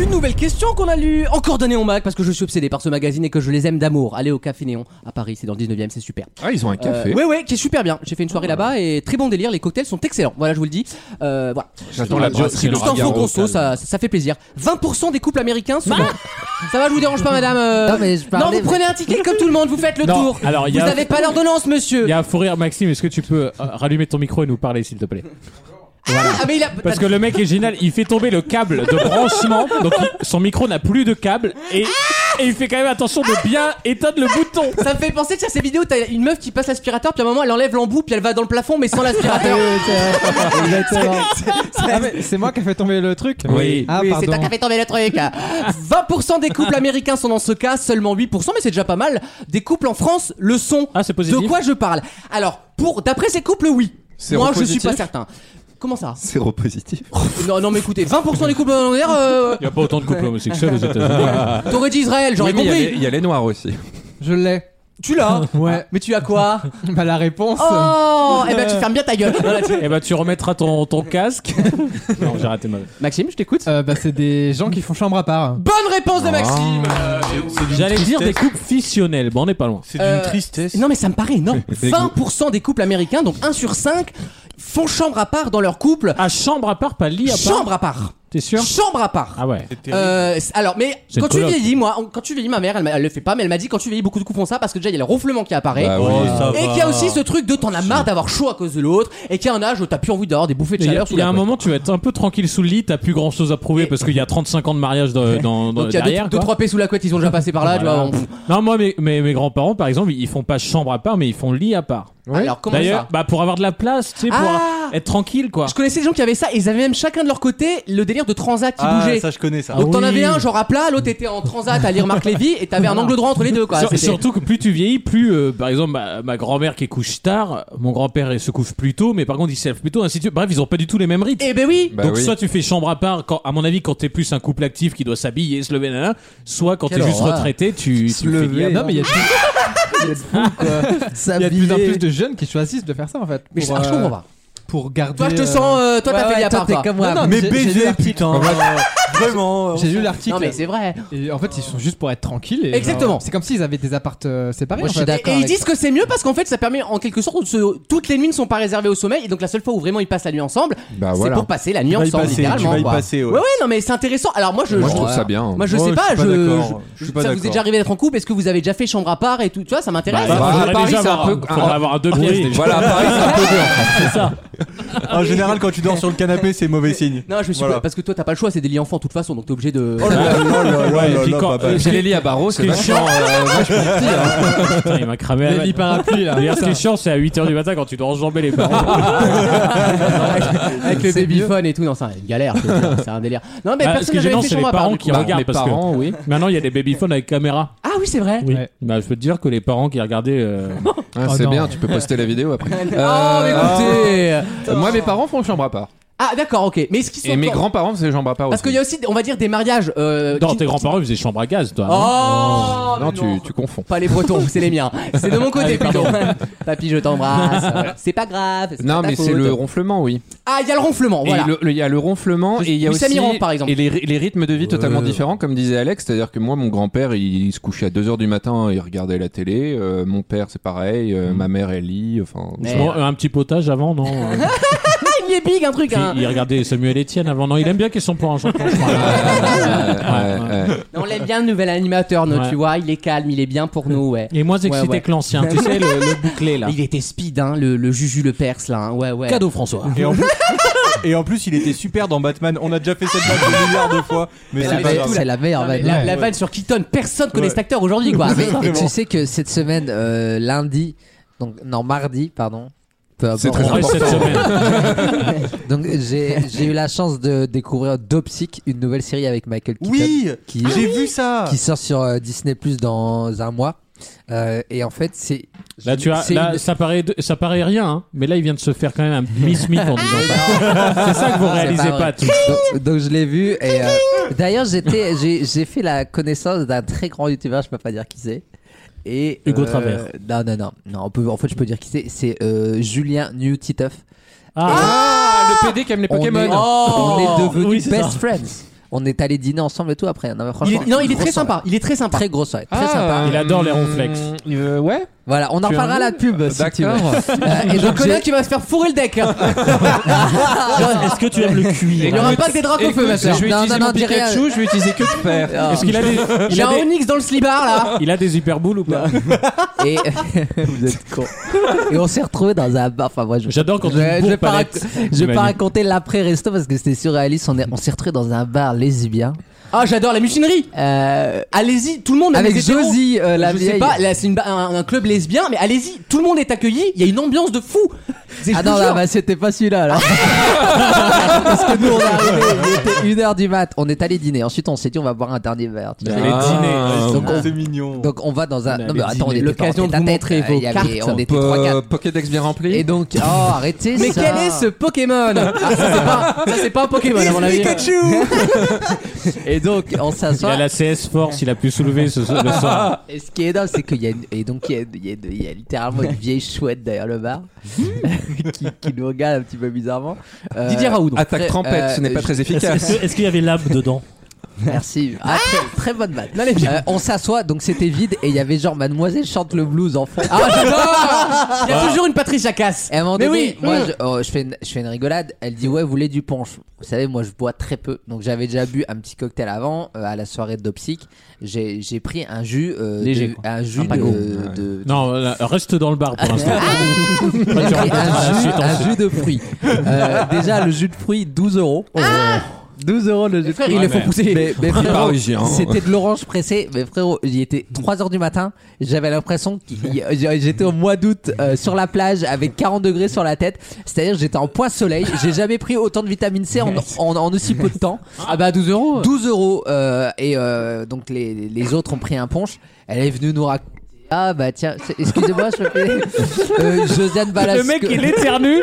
Speaker 2: Une nouvelle question qu'on a lue, encore donnée en mag, parce que je suis obsédé par ce magazine et que je les aime d'amour. Allez au Café Néon à Paris, c'est dans le 19 e c'est super.
Speaker 5: Ah, ils ont un café.
Speaker 2: Euh, ouais, ouais, qui est super bien. J'ai fait une soirée
Speaker 3: Ah.
Speaker 2: là-bas et très bon délire, les cocktails sont excellents. Voilà, je vous le dis. Euh, voilà.
Speaker 5: J'attends la brasserie
Speaker 2: Juste en fond
Speaker 5: Noirgaro.
Speaker 2: conso, ça, ça fait plaisir. 20% des couples américains sont. ça va, je vous dérange pas, madame. euh,
Speaker 4: Ah Non, mais je
Speaker 2: Non,
Speaker 4: parlais-
Speaker 2: vous prenez un ticket comme tout le monde, vous faites le
Speaker 3: Non,
Speaker 2: tour.
Speaker 3: alors, il
Speaker 2: vous
Speaker 3: y a-
Speaker 2: n'avez pas l'ordonnance, monsieur.
Speaker 3: Il y a un fou rire, Maxime. Est-ce que tu peux euh, rallumer ton micro et nous parler, s'il te plaît
Speaker 2: Ah, mais il a.
Speaker 3: Parce que le mec est génial. Il fait tomber le câble de branchement. Donc il- son micro n'a plus de câble. Et, et il fait quand même attention de bien éteindre le bouton.
Speaker 2: Ça me fait penser tu sais, à ces vidéos, t'as une meuf qui passe l'aspirateur, puis à un moment elle enlève l'embout, puis elle va dans le plafond, mais sans l'aspirateur.
Speaker 6: Exactement. Ah, mais C'est moi qui ai fait tomber le truc
Speaker 3: Oui.
Speaker 6: Ah,
Speaker 2: oui, c'est toi
Speaker 6: pardon.
Speaker 2: qui as fait tomber le truc. 20% des couples américains sont dans ce cas, seulement 8%, mais c'est déjà pas mal. Des couples en France le sont.
Speaker 3: Ah, c'est
Speaker 2: De
Speaker 3: positif.
Speaker 2: quoi je parle Alors, pour d'après ces couples, oui.
Speaker 5: C'est
Speaker 2: Moi, je suis
Speaker 5: repositif
Speaker 2: pas certain. Comment ça
Speaker 5: C'est repositif.
Speaker 2: Non, non, mais écoutez, 20% des couples en euh,
Speaker 3: Il n'y a pas autant de couples homosexuels aux États-Unis.
Speaker 2: t'aurais dit Israël, j'aurais
Speaker 5: Oui, mais il y a
Speaker 2: compris.
Speaker 5: les- Il y a les noirs aussi.
Speaker 6: Je l'ai.
Speaker 2: Tu l'as
Speaker 6: Ouais.
Speaker 2: Mais tu as quoi
Speaker 6: Bah, la réponse.
Speaker 2: Oh Eh ben, tu fermes bien ta gueule. Voilà, tu-
Speaker 3: Et bah tu remettras ton, ton casque. non, j'ai raté ma.
Speaker 2: Maxime, je t'écoute.
Speaker 6: euh, bah, c'est des gens qui font chambre à part.
Speaker 2: Bonne réponse
Speaker 5: Ah.
Speaker 2: de Maxime
Speaker 3: J'allais dire des couples fissionnels. Bon, on n'est pas loin.
Speaker 7: C'est
Speaker 2: Euh,
Speaker 7: d'une tristesse.
Speaker 2: Non mais ça me paraît énorme. 20% des couples américains, donc 1 sur 5, font chambre à part dans leur couple.
Speaker 3: À Ah, chambre à part, pas lit à part.
Speaker 2: Chambre à part.
Speaker 3: T'es sûr
Speaker 2: Chambre à part.
Speaker 3: Ah ouais.
Speaker 7: C'est terrible.
Speaker 2: Euh, c'est- alors, mais
Speaker 3: C'est
Speaker 2: quand
Speaker 3: une
Speaker 2: tu
Speaker 3: coloc.
Speaker 2: vieillis, moi, on- quand tu vieillis, ma mère, elle, m'a- elle le fait pas, mais elle m'a dit quand tu vieillis, beaucoup de couples font ça parce que déjà il y a le ronflement qui apparaît.
Speaker 5: Bah
Speaker 7: Oh,
Speaker 5: oui.
Speaker 7: ça
Speaker 2: Et
Speaker 7: va.
Speaker 2: qu'il y a aussi ce truc de t'en as marre d'avoir chaud à cause de l'autre et qu'il y a un âge où t'as plus envie d'avoir des bouffées de
Speaker 3: Il y a,
Speaker 2: chaleur sous
Speaker 3: il y a
Speaker 2: la
Speaker 3: un
Speaker 2: couette.
Speaker 3: moment, tu vas être un peu tranquille sous le lit, t'as plus grand chose à prouver
Speaker 2: Et-
Speaker 3: parce qu'il y a 35 ans de mariage dans, dans, dans-
Speaker 2: Donc il y a
Speaker 3: derrière.
Speaker 2: 2-3 deux,
Speaker 3: quoi. Ah.
Speaker 2: trois P sous la couette, ils ont déjà passé par là, tu vois.
Speaker 3: Voilà.
Speaker 2: on-
Speaker 3: Non, moi, mes, mes, mes grands-parents, par exemple, ils font pas chambre à part, mais ils font lit à part.
Speaker 2: Alors, comment
Speaker 3: D'ailleurs,
Speaker 2: ça
Speaker 3: bah, pour avoir de la place, tu sais, pour
Speaker 2: Ah
Speaker 3: être tranquille, quoi.
Speaker 2: Je connaissais des gens qui avaient ça et ils avaient même chacun de leur côté le délire de transat qui
Speaker 3: Ah,
Speaker 2: bougeait.
Speaker 3: ça, je connais ça.
Speaker 2: Donc
Speaker 3: Ah
Speaker 2: t'en
Speaker 3: oui.
Speaker 2: avais un genre à plat, l'autre était en transat à lire Marc Lévy et t'avais un angle droit entre les deux quoi.
Speaker 3: Sur-
Speaker 2: C'était-
Speaker 3: surtout que plus tu vieillis, plus, euh, par exemple, ma, ma grand-mère qui couche tard, mon grand-père il se couche plus tôt, mais par contre il se lève plus tôt, ainsi de suite. Bref, ils ont pas du tout les mêmes rythmes.
Speaker 2: Eh ben oui
Speaker 3: Donc soit tu fais chambre à part, quand, à mon avis, quand t'es plus un couple actif qui doit s'habiller, se lever, nanana, soit quand
Speaker 6: Quelle
Speaker 3: t'es juste
Speaker 6: horreur.
Speaker 3: retraité, tu, tu fais
Speaker 6: lever.
Speaker 3: gaffe.
Speaker 6: Non, mais il y a Il y a de plus en plus de jeunes qui choisissent de faire ça en fait.
Speaker 2: Mais
Speaker 6: pour,
Speaker 2: ça, je
Speaker 6: euh,
Speaker 2: comprends pas.
Speaker 6: Pour garder.
Speaker 2: Toi, je te
Speaker 6: euh,
Speaker 2: sens, euh, toi, t'as
Speaker 6: ouais,
Speaker 2: fait
Speaker 6: ouais,
Speaker 2: gaffe,
Speaker 6: toi, t'es
Speaker 2: toi.
Speaker 6: comme moi.
Speaker 2: Non, non, mais j'ai- j'ai lu l'article.
Speaker 6: Vraiment. euh, J'ai lu l'article.
Speaker 2: Non, mais c'est vrai.
Speaker 6: Et en fait, ils sont juste pour être tranquilles. et
Speaker 2: Exactement.
Speaker 6: genre, C'est comme s'ils avaient des appartes euh, séparés.
Speaker 2: Moi,
Speaker 6: en
Speaker 2: je suis
Speaker 6: fait.
Speaker 2: d'accord Et ils disent que c'est mieux parce qu'en fait ça permet en quelque sorte de se- toutes les nuits ne sont pas réservées au sommeil et donc la seule fois où vraiment ils passent la nuit ensemble
Speaker 5: Bah,
Speaker 2: c'est
Speaker 5: voilà.
Speaker 2: pour passer la
Speaker 5: Tu
Speaker 2: nuit
Speaker 5: vas y
Speaker 2: ensemble
Speaker 5: passer, tu
Speaker 2: littéralement
Speaker 5: vas y
Speaker 2: quoi.
Speaker 5: passer, ouais.
Speaker 2: ouais non mais c'est intéressant alors moi je
Speaker 5: Moi, je trouve ça bien.
Speaker 2: moi je
Speaker 5: Moi,
Speaker 2: sais
Speaker 5: je
Speaker 2: pas
Speaker 5: suis pas
Speaker 2: je,
Speaker 5: d'accord.
Speaker 2: je-
Speaker 5: Je suis pas
Speaker 2: ça vous est
Speaker 5: d'accord.
Speaker 2: déjà arrivé d'être en couple est-ce que vous avez déjà fait chambre à part et tout tu vois ça m'intéresse
Speaker 5: Bah, Bah,
Speaker 2: Parce que
Speaker 5: à
Speaker 2: à
Speaker 5: Paris,
Speaker 2: Paris,
Speaker 5: c'est un peu-
Speaker 3: Faudrait avoir un deux pièces déjà.
Speaker 5: Voilà, à Paris, c'est un peu dur.
Speaker 7: En général, quand tu dors sur le canapé, c'est mauvais signe.
Speaker 5: bah,
Speaker 2: non je me suis
Speaker 7: Voilà.
Speaker 2: pas- parce que toi t'as pas le choix c'est des liens enfants de toute façon donc t'es obligé
Speaker 5: Oh
Speaker 2: de
Speaker 3: Ouais, et puis quand- euh,
Speaker 5: J'ai les lits à barreaux, c'est
Speaker 3: Ce qui est chiant-
Speaker 5: vachement, euh, vachement petit, hein.
Speaker 3: Putain, il m'a cramé
Speaker 5: Les
Speaker 3: la-
Speaker 5: lits parapluies, là.
Speaker 3: D'ailleurs, ce qui est
Speaker 5: Putain.
Speaker 3: chiant, c'est à 8h du matin quand tu dois enjamber les parents.
Speaker 2: avec le babyphone et tout non c'est une galère je veux dire, c'est un délire non mais
Speaker 3: Bah,
Speaker 2: personne
Speaker 3: ce qui est
Speaker 2: n'a
Speaker 3: gênant,
Speaker 2: jamais fait
Speaker 3: c'est les
Speaker 2: chambre à part
Speaker 3: parents
Speaker 2: du
Speaker 3: qui
Speaker 2: coup.
Speaker 5: Bah,
Speaker 3: regardent. parce que Maintenant, il y a des babyphones avec caméra.
Speaker 2: ah oui c'est vrai
Speaker 3: Bah, je peux te dire que les parents qui regardaient. euh,
Speaker 5: Ah, c'est bien, tu peux poster la vidéo après. Ah.
Speaker 2: Oh, mais
Speaker 5: Euh, Moi, mes parents font chambre à part.
Speaker 2: ah d'accord ok mais est-ce qu'ils sont
Speaker 5: Et mes
Speaker 2: encore-
Speaker 5: grands-parents faisaient chambre à part
Speaker 2: Parce
Speaker 5: aussi.
Speaker 2: qu'il y a aussi, on va dire, des mariages. euh,
Speaker 3: Non,
Speaker 2: qui-
Speaker 3: tes grands-parents, ils faisaient chambre à gaz, toi.
Speaker 2: Oh,
Speaker 5: Non, tu, tu confonds.
Speaker 2: Pas les Bretons, c'est les miens. C'est de mon côté, plutôt. Papy, je t'embrasse. C'est pas grave. c'est
Speaker 5: Non,
Speaker 2: pas ta
Speaker 5: mais c'est
Speaker 2: faute.
Speaker 5: le ronflement, oui.
Speaker 2: Ah, il y a le ronflement,
Speaker 5: Et
Speaker 2: voilà.
Speaker 5: le- le- il y a le ronflement et il y a
Speaker 2: Lucien
Speaker 5: aussi
Speaker 2: Miron, par exemple.
Speaker 5: et les, ry- les rythmes de vie totalement différents comme disait Alex c'est-à-dire que moi mon grand-père il, il se couchait à 2h du matin il regardait la télé euh, mon père c'est pareil
Speaker 7: Mm.
Speaker 5: euh, ma mère elle lit enfin
Speaker 3: Je prends un petit potage avant, non euh,
Speaker 2: Ah, il est big, un truc.
Speaker 3: puis
Speaker 2: hein.
Speaker 3: Il regardait Samuel Etienne avant. Non, il aime bien qu'ils sont pour un champion. hein, je crois. Ouais, ouais.
Speaker 2: Non, On l'aime bien, le nouvel animateur, nous,
Speaker 3: Ouais.
Speaker 2: tu vois. Il est calme, il est bien pour nous, ouais.
Speaker 3: Et moins excité
Speaker 2: Ouais, ouais.
Speaker 3: que l'ancien, tu sais, le, le bouclé là.
Speaker 2: Il était speed, hein, le, le Juju le Perse, là. hein. Ouais, ouais.
Speaker 8: Cadeau, François.
Speaker 7: Et en, plus, et en plus, il était super dans Batman. On a déjà fait cette vanne des milliards de fois, mais
Speaker 4: la
Speaker 7: c'est pas
Speaker 4: vanne-
Speaker 7: grave.
Speaker 4: c'est la meilleure
Speaker 2: Non, Ah, mais
Speaker 4: vanne.
Speaker 2: la,
Speaker 4: Ouais.
Speaker 2: la vanne sur Keaton, personne connaît cet acteur aujourd'hui, quoi.
Speaker 4: Mais- mais
Speaker 7: Vraiment.
Speaker 4: tu sais que cette semaine, euh, lundi, donc non mardi, pardon. peu importe.
Speaker 5: C'est très
Speaker 3: Ouais, cette semaine.
Speaker 4: Donc j'ai j'ai eu la chance de découvrir Dopsic, une nouvelle série avec Michael Keaton
Speaker 7: Oui,
Speaker 4: qui,
Speaker 7: j'ai vu ça.
Speaker 4: qui sort sur euh, Disney Plus dans un mois. Euh, et en fait, c'est
Speaker 3: Là, tu as,
Speaker 4: c'est
Speaker 3: là
Speaker 4: une-
Speaker 3: ça, paraît, de- ça paraît rien, hein, mais là, il vient de se faire quand même un Miss Smith en disant ça. C'est ça que vous
Speaker 4: Ah, C'est
Speaker 3: réalisez
Speaker 4: pas
Speaker 3: pas,
Speaker 4: vrai.
Speaker 3: tous.
Speaker 4: Donc, donc je l'ai vu et euh, d'ailleurs j'étais j'ai j'ai fait la connaissance d'un très grand youtubeur, je peux pas dire qui c'est. Et
Speaker 8: Hugo
Speaker 4: euh,
Speaker 8: Travers.
Speaker 4: Non non non, non on peut, en fait je peux dire qui c'est, c'est euh, Julien New Titeuf.
Speaker 5: ah le PD qui aime les
Speaker 4: On
Speaker 5: Pokémon
Speaker 4: est,
Speaker 2: Oh
Speaker 4: on est devenus
Speaker 8: Oui, c'est
Speaker 4: best
Speaker 8: ça.
Speaker 4: friends. On est allé dîner ensemble et tout après. Non mais
Speaker 2: Il
Speaker 4: franchement,
Speaker 2: est- non, il est
Speaker 4: grosse
Speaker 2: très
Speaker 4: soirée.
Speaker 2: sympa. Il est très sympa.
Speaker 4: Très grosse soirée, très
Speaker 5: Ah,
Speaker 4: sympa.
Speaker 3: Il adore les ronflex.
Speaker 6: Mm,
Speaker 5: Euh, ouais
Speaker 4: Voilà, on en
Speaker 5: tu
Speaker 4: reparlera
Speaker 5: as-
Speaker 4: à la pub si tu veux. Euh,
Speaker 5: D'accord.
Speaker 4: et
Speaker 2: Je
Speaker 4: donc,
Speaker 2: connais
Speaker 4: j'ai-
Speaker 2: qui va se faire fourrer le deck. hein.
Speaker 8: Est-ce que tu aimes
Speaker 5: Ah,
Speaker 8: le
Speaker 2: Il
Speaker 8: cuir
Speaker 2: n'y aura pas que des dracs au feu, ma
Speaker 5: Écoute,
Speaker 2: soeur.
Speaker 5: je vais
Speaker 4: Non,
Speaker 5: utiliser
Speaker 4: non, non,
Speaker 5: mon
Speaker 4: dis rien.
Speaker 6: euh,
Speaker 5: Pikachu je vais utiliser que de fer
Speaker 4: Ah.
Speaker 3: Est-ce qu'il a des, il
Speaker 2: J'ai
Speaker 3: a
Speaker 2: un
Speaker 3: des,
Speaker 2: Onyx dans le slibard, là.
Speaker 3: il a des hyperboules ou pas
Speaker 4: Et... Vous êtes con. Et on s'est retrouvés dans un bar. Enfin, moi, je...
Speaker 3: J'adore quand
Speaker 4: je,
Speaker 3: tu dis
Speaker 4: je
Speaker 3: bourre
Speaker 4: vais pas, rac-
Speaker 3: palette.
Speaker 4: je vais pas
Speaker 3: Manu.
Speaker 4: raconter l'après-resto parce que c'était surréaliste. On est- on s'est retrouvés dans un bar lesbien.
Speaker 2: Ah, j'adore la mutinerie.
Speaker 4: Euh,
Speaker 2: Allez-y, tout le monde. même
Speaker 4: avec
Speaker 2: les hétéros.
Speaker 4: Josie, euh, la
Speaker 2: je
Speaker 4: vieille.
Speaker 2: sais pas, là c'est une ba- un, un club lesbien, mais allez-y, tout le monde est accueilli, il y a une ambiance de fou. C'est- je
Speaker 4: Ah
Speaker 2: vous
Speaker 4: non,
Speaker 2: jure.
Speaker 4: là, bah, c'était pas celui-là alors. Parce que nous on est arrivés, il était 1h du mat, on est allé dîner, ensuite on s'est dit on va boire un dernier verre. tu vois.
Speaker 3: Les
Speaker 5: Ah,
Speaker 2: Ah,
Speaker 3: dîners.
Speaker 4: Donc, on,
Speaker 7: C'est mignon.
Speaker 4: donc on va dans un.
Speaker 3: On est
Speaker 4: Non mais
Speaker 3: allé
Speaker 4: attends, on
Speaker 3: dîner.
Speaker 4: était
Speaker 2: L'occasion
Speaker 4: pas en
Speaker 2: de vous
Speaker 4: tête à
Speaker 2: montrer
Speaker 4: tête, euh,
Speaker 2: vos
Speaker 4: il y avait-
Speaker 2: cartes.
Speaker 4: On était 3-4.
Speaker 5: Po- Pokédex bien rempli
Speaker 4: Et donc, oh arrêtez
Speaker 2: Mais
Speaker 4: ça.
Speaker 2: quel est ce Pokémon Ah, Ça c'est pas, ça, c'est pas un Pokémon à mon avis.
Speaker 4: Et donc, on
Speaker 3: Il a
Speaker 4: s'assoit.
Speaker 3: la CS Force, il a pu soulever ce, ce- le soir.
Speaker 4: Et ce qui est dingue, c'est qu'il y a une- et donc il y a, il y a- il y a littéralement une vieille chouette derrière le bar qui, qui nous regarde un petit peu bizarrement. Euh,
Speaker 2: Didier Raoult. donc.
Speaker 5: attaque
Speaker 4: Après,
Speaker 5: trempette
Speaker 4: euh,
Speaker 5: ce n'est pas
Speaker 4: je-
Speaker 5: très
Speaker 8: Est-ce
Speaker 5: efficace
Speaker 8: est-ce que- est-ce qu'il y avait l'âme dedans
Speaker 4: Merci. Ah, très, très bonne batte. on s'assoit, donc c'était vide et il y avait genre Mademoiselle chante le blues en fond.
Speaker 2: Ah j'adore Il y a toujours une Patricia Casse.
Speaker 4: Et à un moment
Speaker 2: Mais
Speaker 4: donné,
Speaker 2: oui. Mmh.
Speaker 4: moi je, oh, je fais une, je fais une rigolade. Elle dit ouais, vous voulez du punch Vous savez, moi je bois très peu, donc j'avais déjà bu un petit cocktail avant euh, à la soirée de Dopsic. J'ai j'ai pris un jus, euh,
Speaker 2: Léger,
Speaker 4: de-
Speaker 2: quoi.
Speaker 4: un jus de, de-
Speaker 3: Non, là, reste dans le bar pour l'instant.
Speaker 4: J'ai pris un,
Speaker 3: Ah,
Speaker 4: jus,
Speaker 3: ensuite,
Speaker 4: un
Speaker 3: ensuite.
Speaker 4: jus de fruits. Euh, déjà, le jus de fruits, 12 euros. 12 euros le jus de
Speaker 2: Ah frère, il le faut pousser.
Speaker 4: Mais, mais
Speaker 5: Prix
Speaker 4: frérot,
Speaker 5: parisien.
Speaker 4: C'était de l'orange pressé. Mais frérot, j'y étais 3 heures du matin. J'avais l'impression que j'étais au mois d'août euh, sur la plage avec 40 degrés sur la tête. C'est-à-dire j'étais en poids soleil. J'ai jamais pris autant de vitamine C en, en- en aussi peu de temps.
Speaker 2: Ah bah 12 euros.
Speaker 4: 12 euros. euh, et euh, donc les, les autres ont pris un punch. Elle est venue nous raconter. Ah bah tiens, c'est- excusez-moi, je fais euh, Josiane Balasco.
Speaker 3: Le mec, il éternue.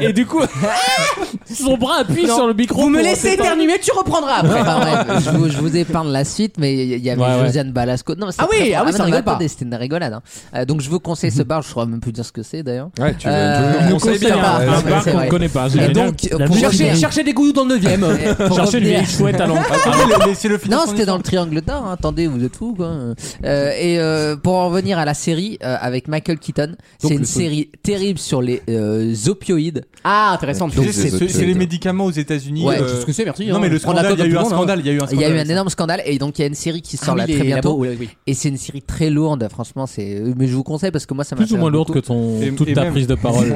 Speaker 3: et du coup, son bras appuie
Speaker 2: Non.
Speaker 3: sur le micro.
Speaker 2: Vous me
Speaker 3: pour
Speaker 2: laissez
Speaker 3: s'éteindre.
Speaker 2: éternuer, tu reprendras après.
Speaker 4: Enfin, bref, je, vous, je vous épargne la suite, mais il y avait
Speaker 3: Ouais, ouais.
Speaker 4: Josiane Balasco. Non, c'était
Speaker 2: Ah oui,
Speaker 4: très fort.
Speaker 2: ah oui,
Speaker 4: mais
Speaker 2: ça
Speaker 4: non, mais
Speaker 2: rigole pas.
Speaker 4: attendez, C'était une rigolade. hein. Euh, donc je vous conseille ce bar, je crois même plus dire ce que c'est d'ailleurs.
Speaker 5: Ouais, tu veux-
Speaker 4: Euh,
Speaker 5: tu veux-
Speaker 4: nous
Speaker 5: on sait
Speaker 4: conseille
Speaker 5: bien,
Speaker 4: pas.
Speaker 5: ouais,
Speaker 4: Non,
Speaker 5: c'est
Speaker 4: mais
Speaker 3: bar
Speaker 4: c'est
Speaker 3: qu'on
Speaker 4: vrai.
Speaker 3: connaît pas, c'est
Speaker 4: Et
Speaker 3: génial.
Speaker 4: donc,
Speaker 8: La
Speaker 4: pour
Speaker 8: musique
Speaker 2: Cherchez,
Speaker 4: revenir- Eh,
Speaker 2: cherchez des goudous dans le 9ème.
Speaker 4: pour
Speaker 3: Cherchez le
Speaker 4: revenir-
Speaker 3: vieil chouette à
Speaker 7: Ah,
Speaker 3: l'entrée.
Speaker 7: Laissez-le finir.
Speaker 4: Non,
Speaker 7: son
Speaker 4: c'était dans le triangle d'or. hein. Attendez, vous êtes fous quoi. Euh, et euh, pour en revenir à la série euh, avec Michael Keaton, c'est une série terrible sur les euh, opioïdes.
Speaker 2: Ah, intéressant.
Speaker 5: Donc,
Speaker 7: C'est
Speaker 5: des
Speaker 7: c'est- c'est
Speaker 5: opioïdes.
Speaker 6: Euh,
Speaker 7: les médicaments aux États-Unis.
Speaker 4: Ouais,
Speaker 7: euh,
Speaker 2: C'est ce que c'est, merci.
Speaker 7: Non,
Speaker 2: hein.
Speaker 7: mais le
Speaker 2: Prendre la
Speaker 7: scandale, il y a eu
Speaker 2: cote de
Speaker 7: un
Speaker 2: tout le monde, hein.
Speaker 7: scandale. Il y a eu un
Speaker 4: Il y a eu
Speaker 7: scandale.
Speaker 4: un énorme scandale et donc il y a une série qui sort
Speaker 2: Ah
Speaker 4: là
Speaker 2: oui,
Speaker 4: très
Speaker 2: les- la
Speaker 4: bientôt.
Speaker 2: peau, oui, oui.
Speaker 4: Et c'est une série très lourde, franchement. C'est mais je vous conseille parce que moi ça m'a
Speaker 3: Plus ou moins lourde que ton,
Speaker 7: Et-
Speaker 3: toute
Speaker 7: et
Speaker 3: ta
Speaker 7: même-
Speaker 3: prise de parole.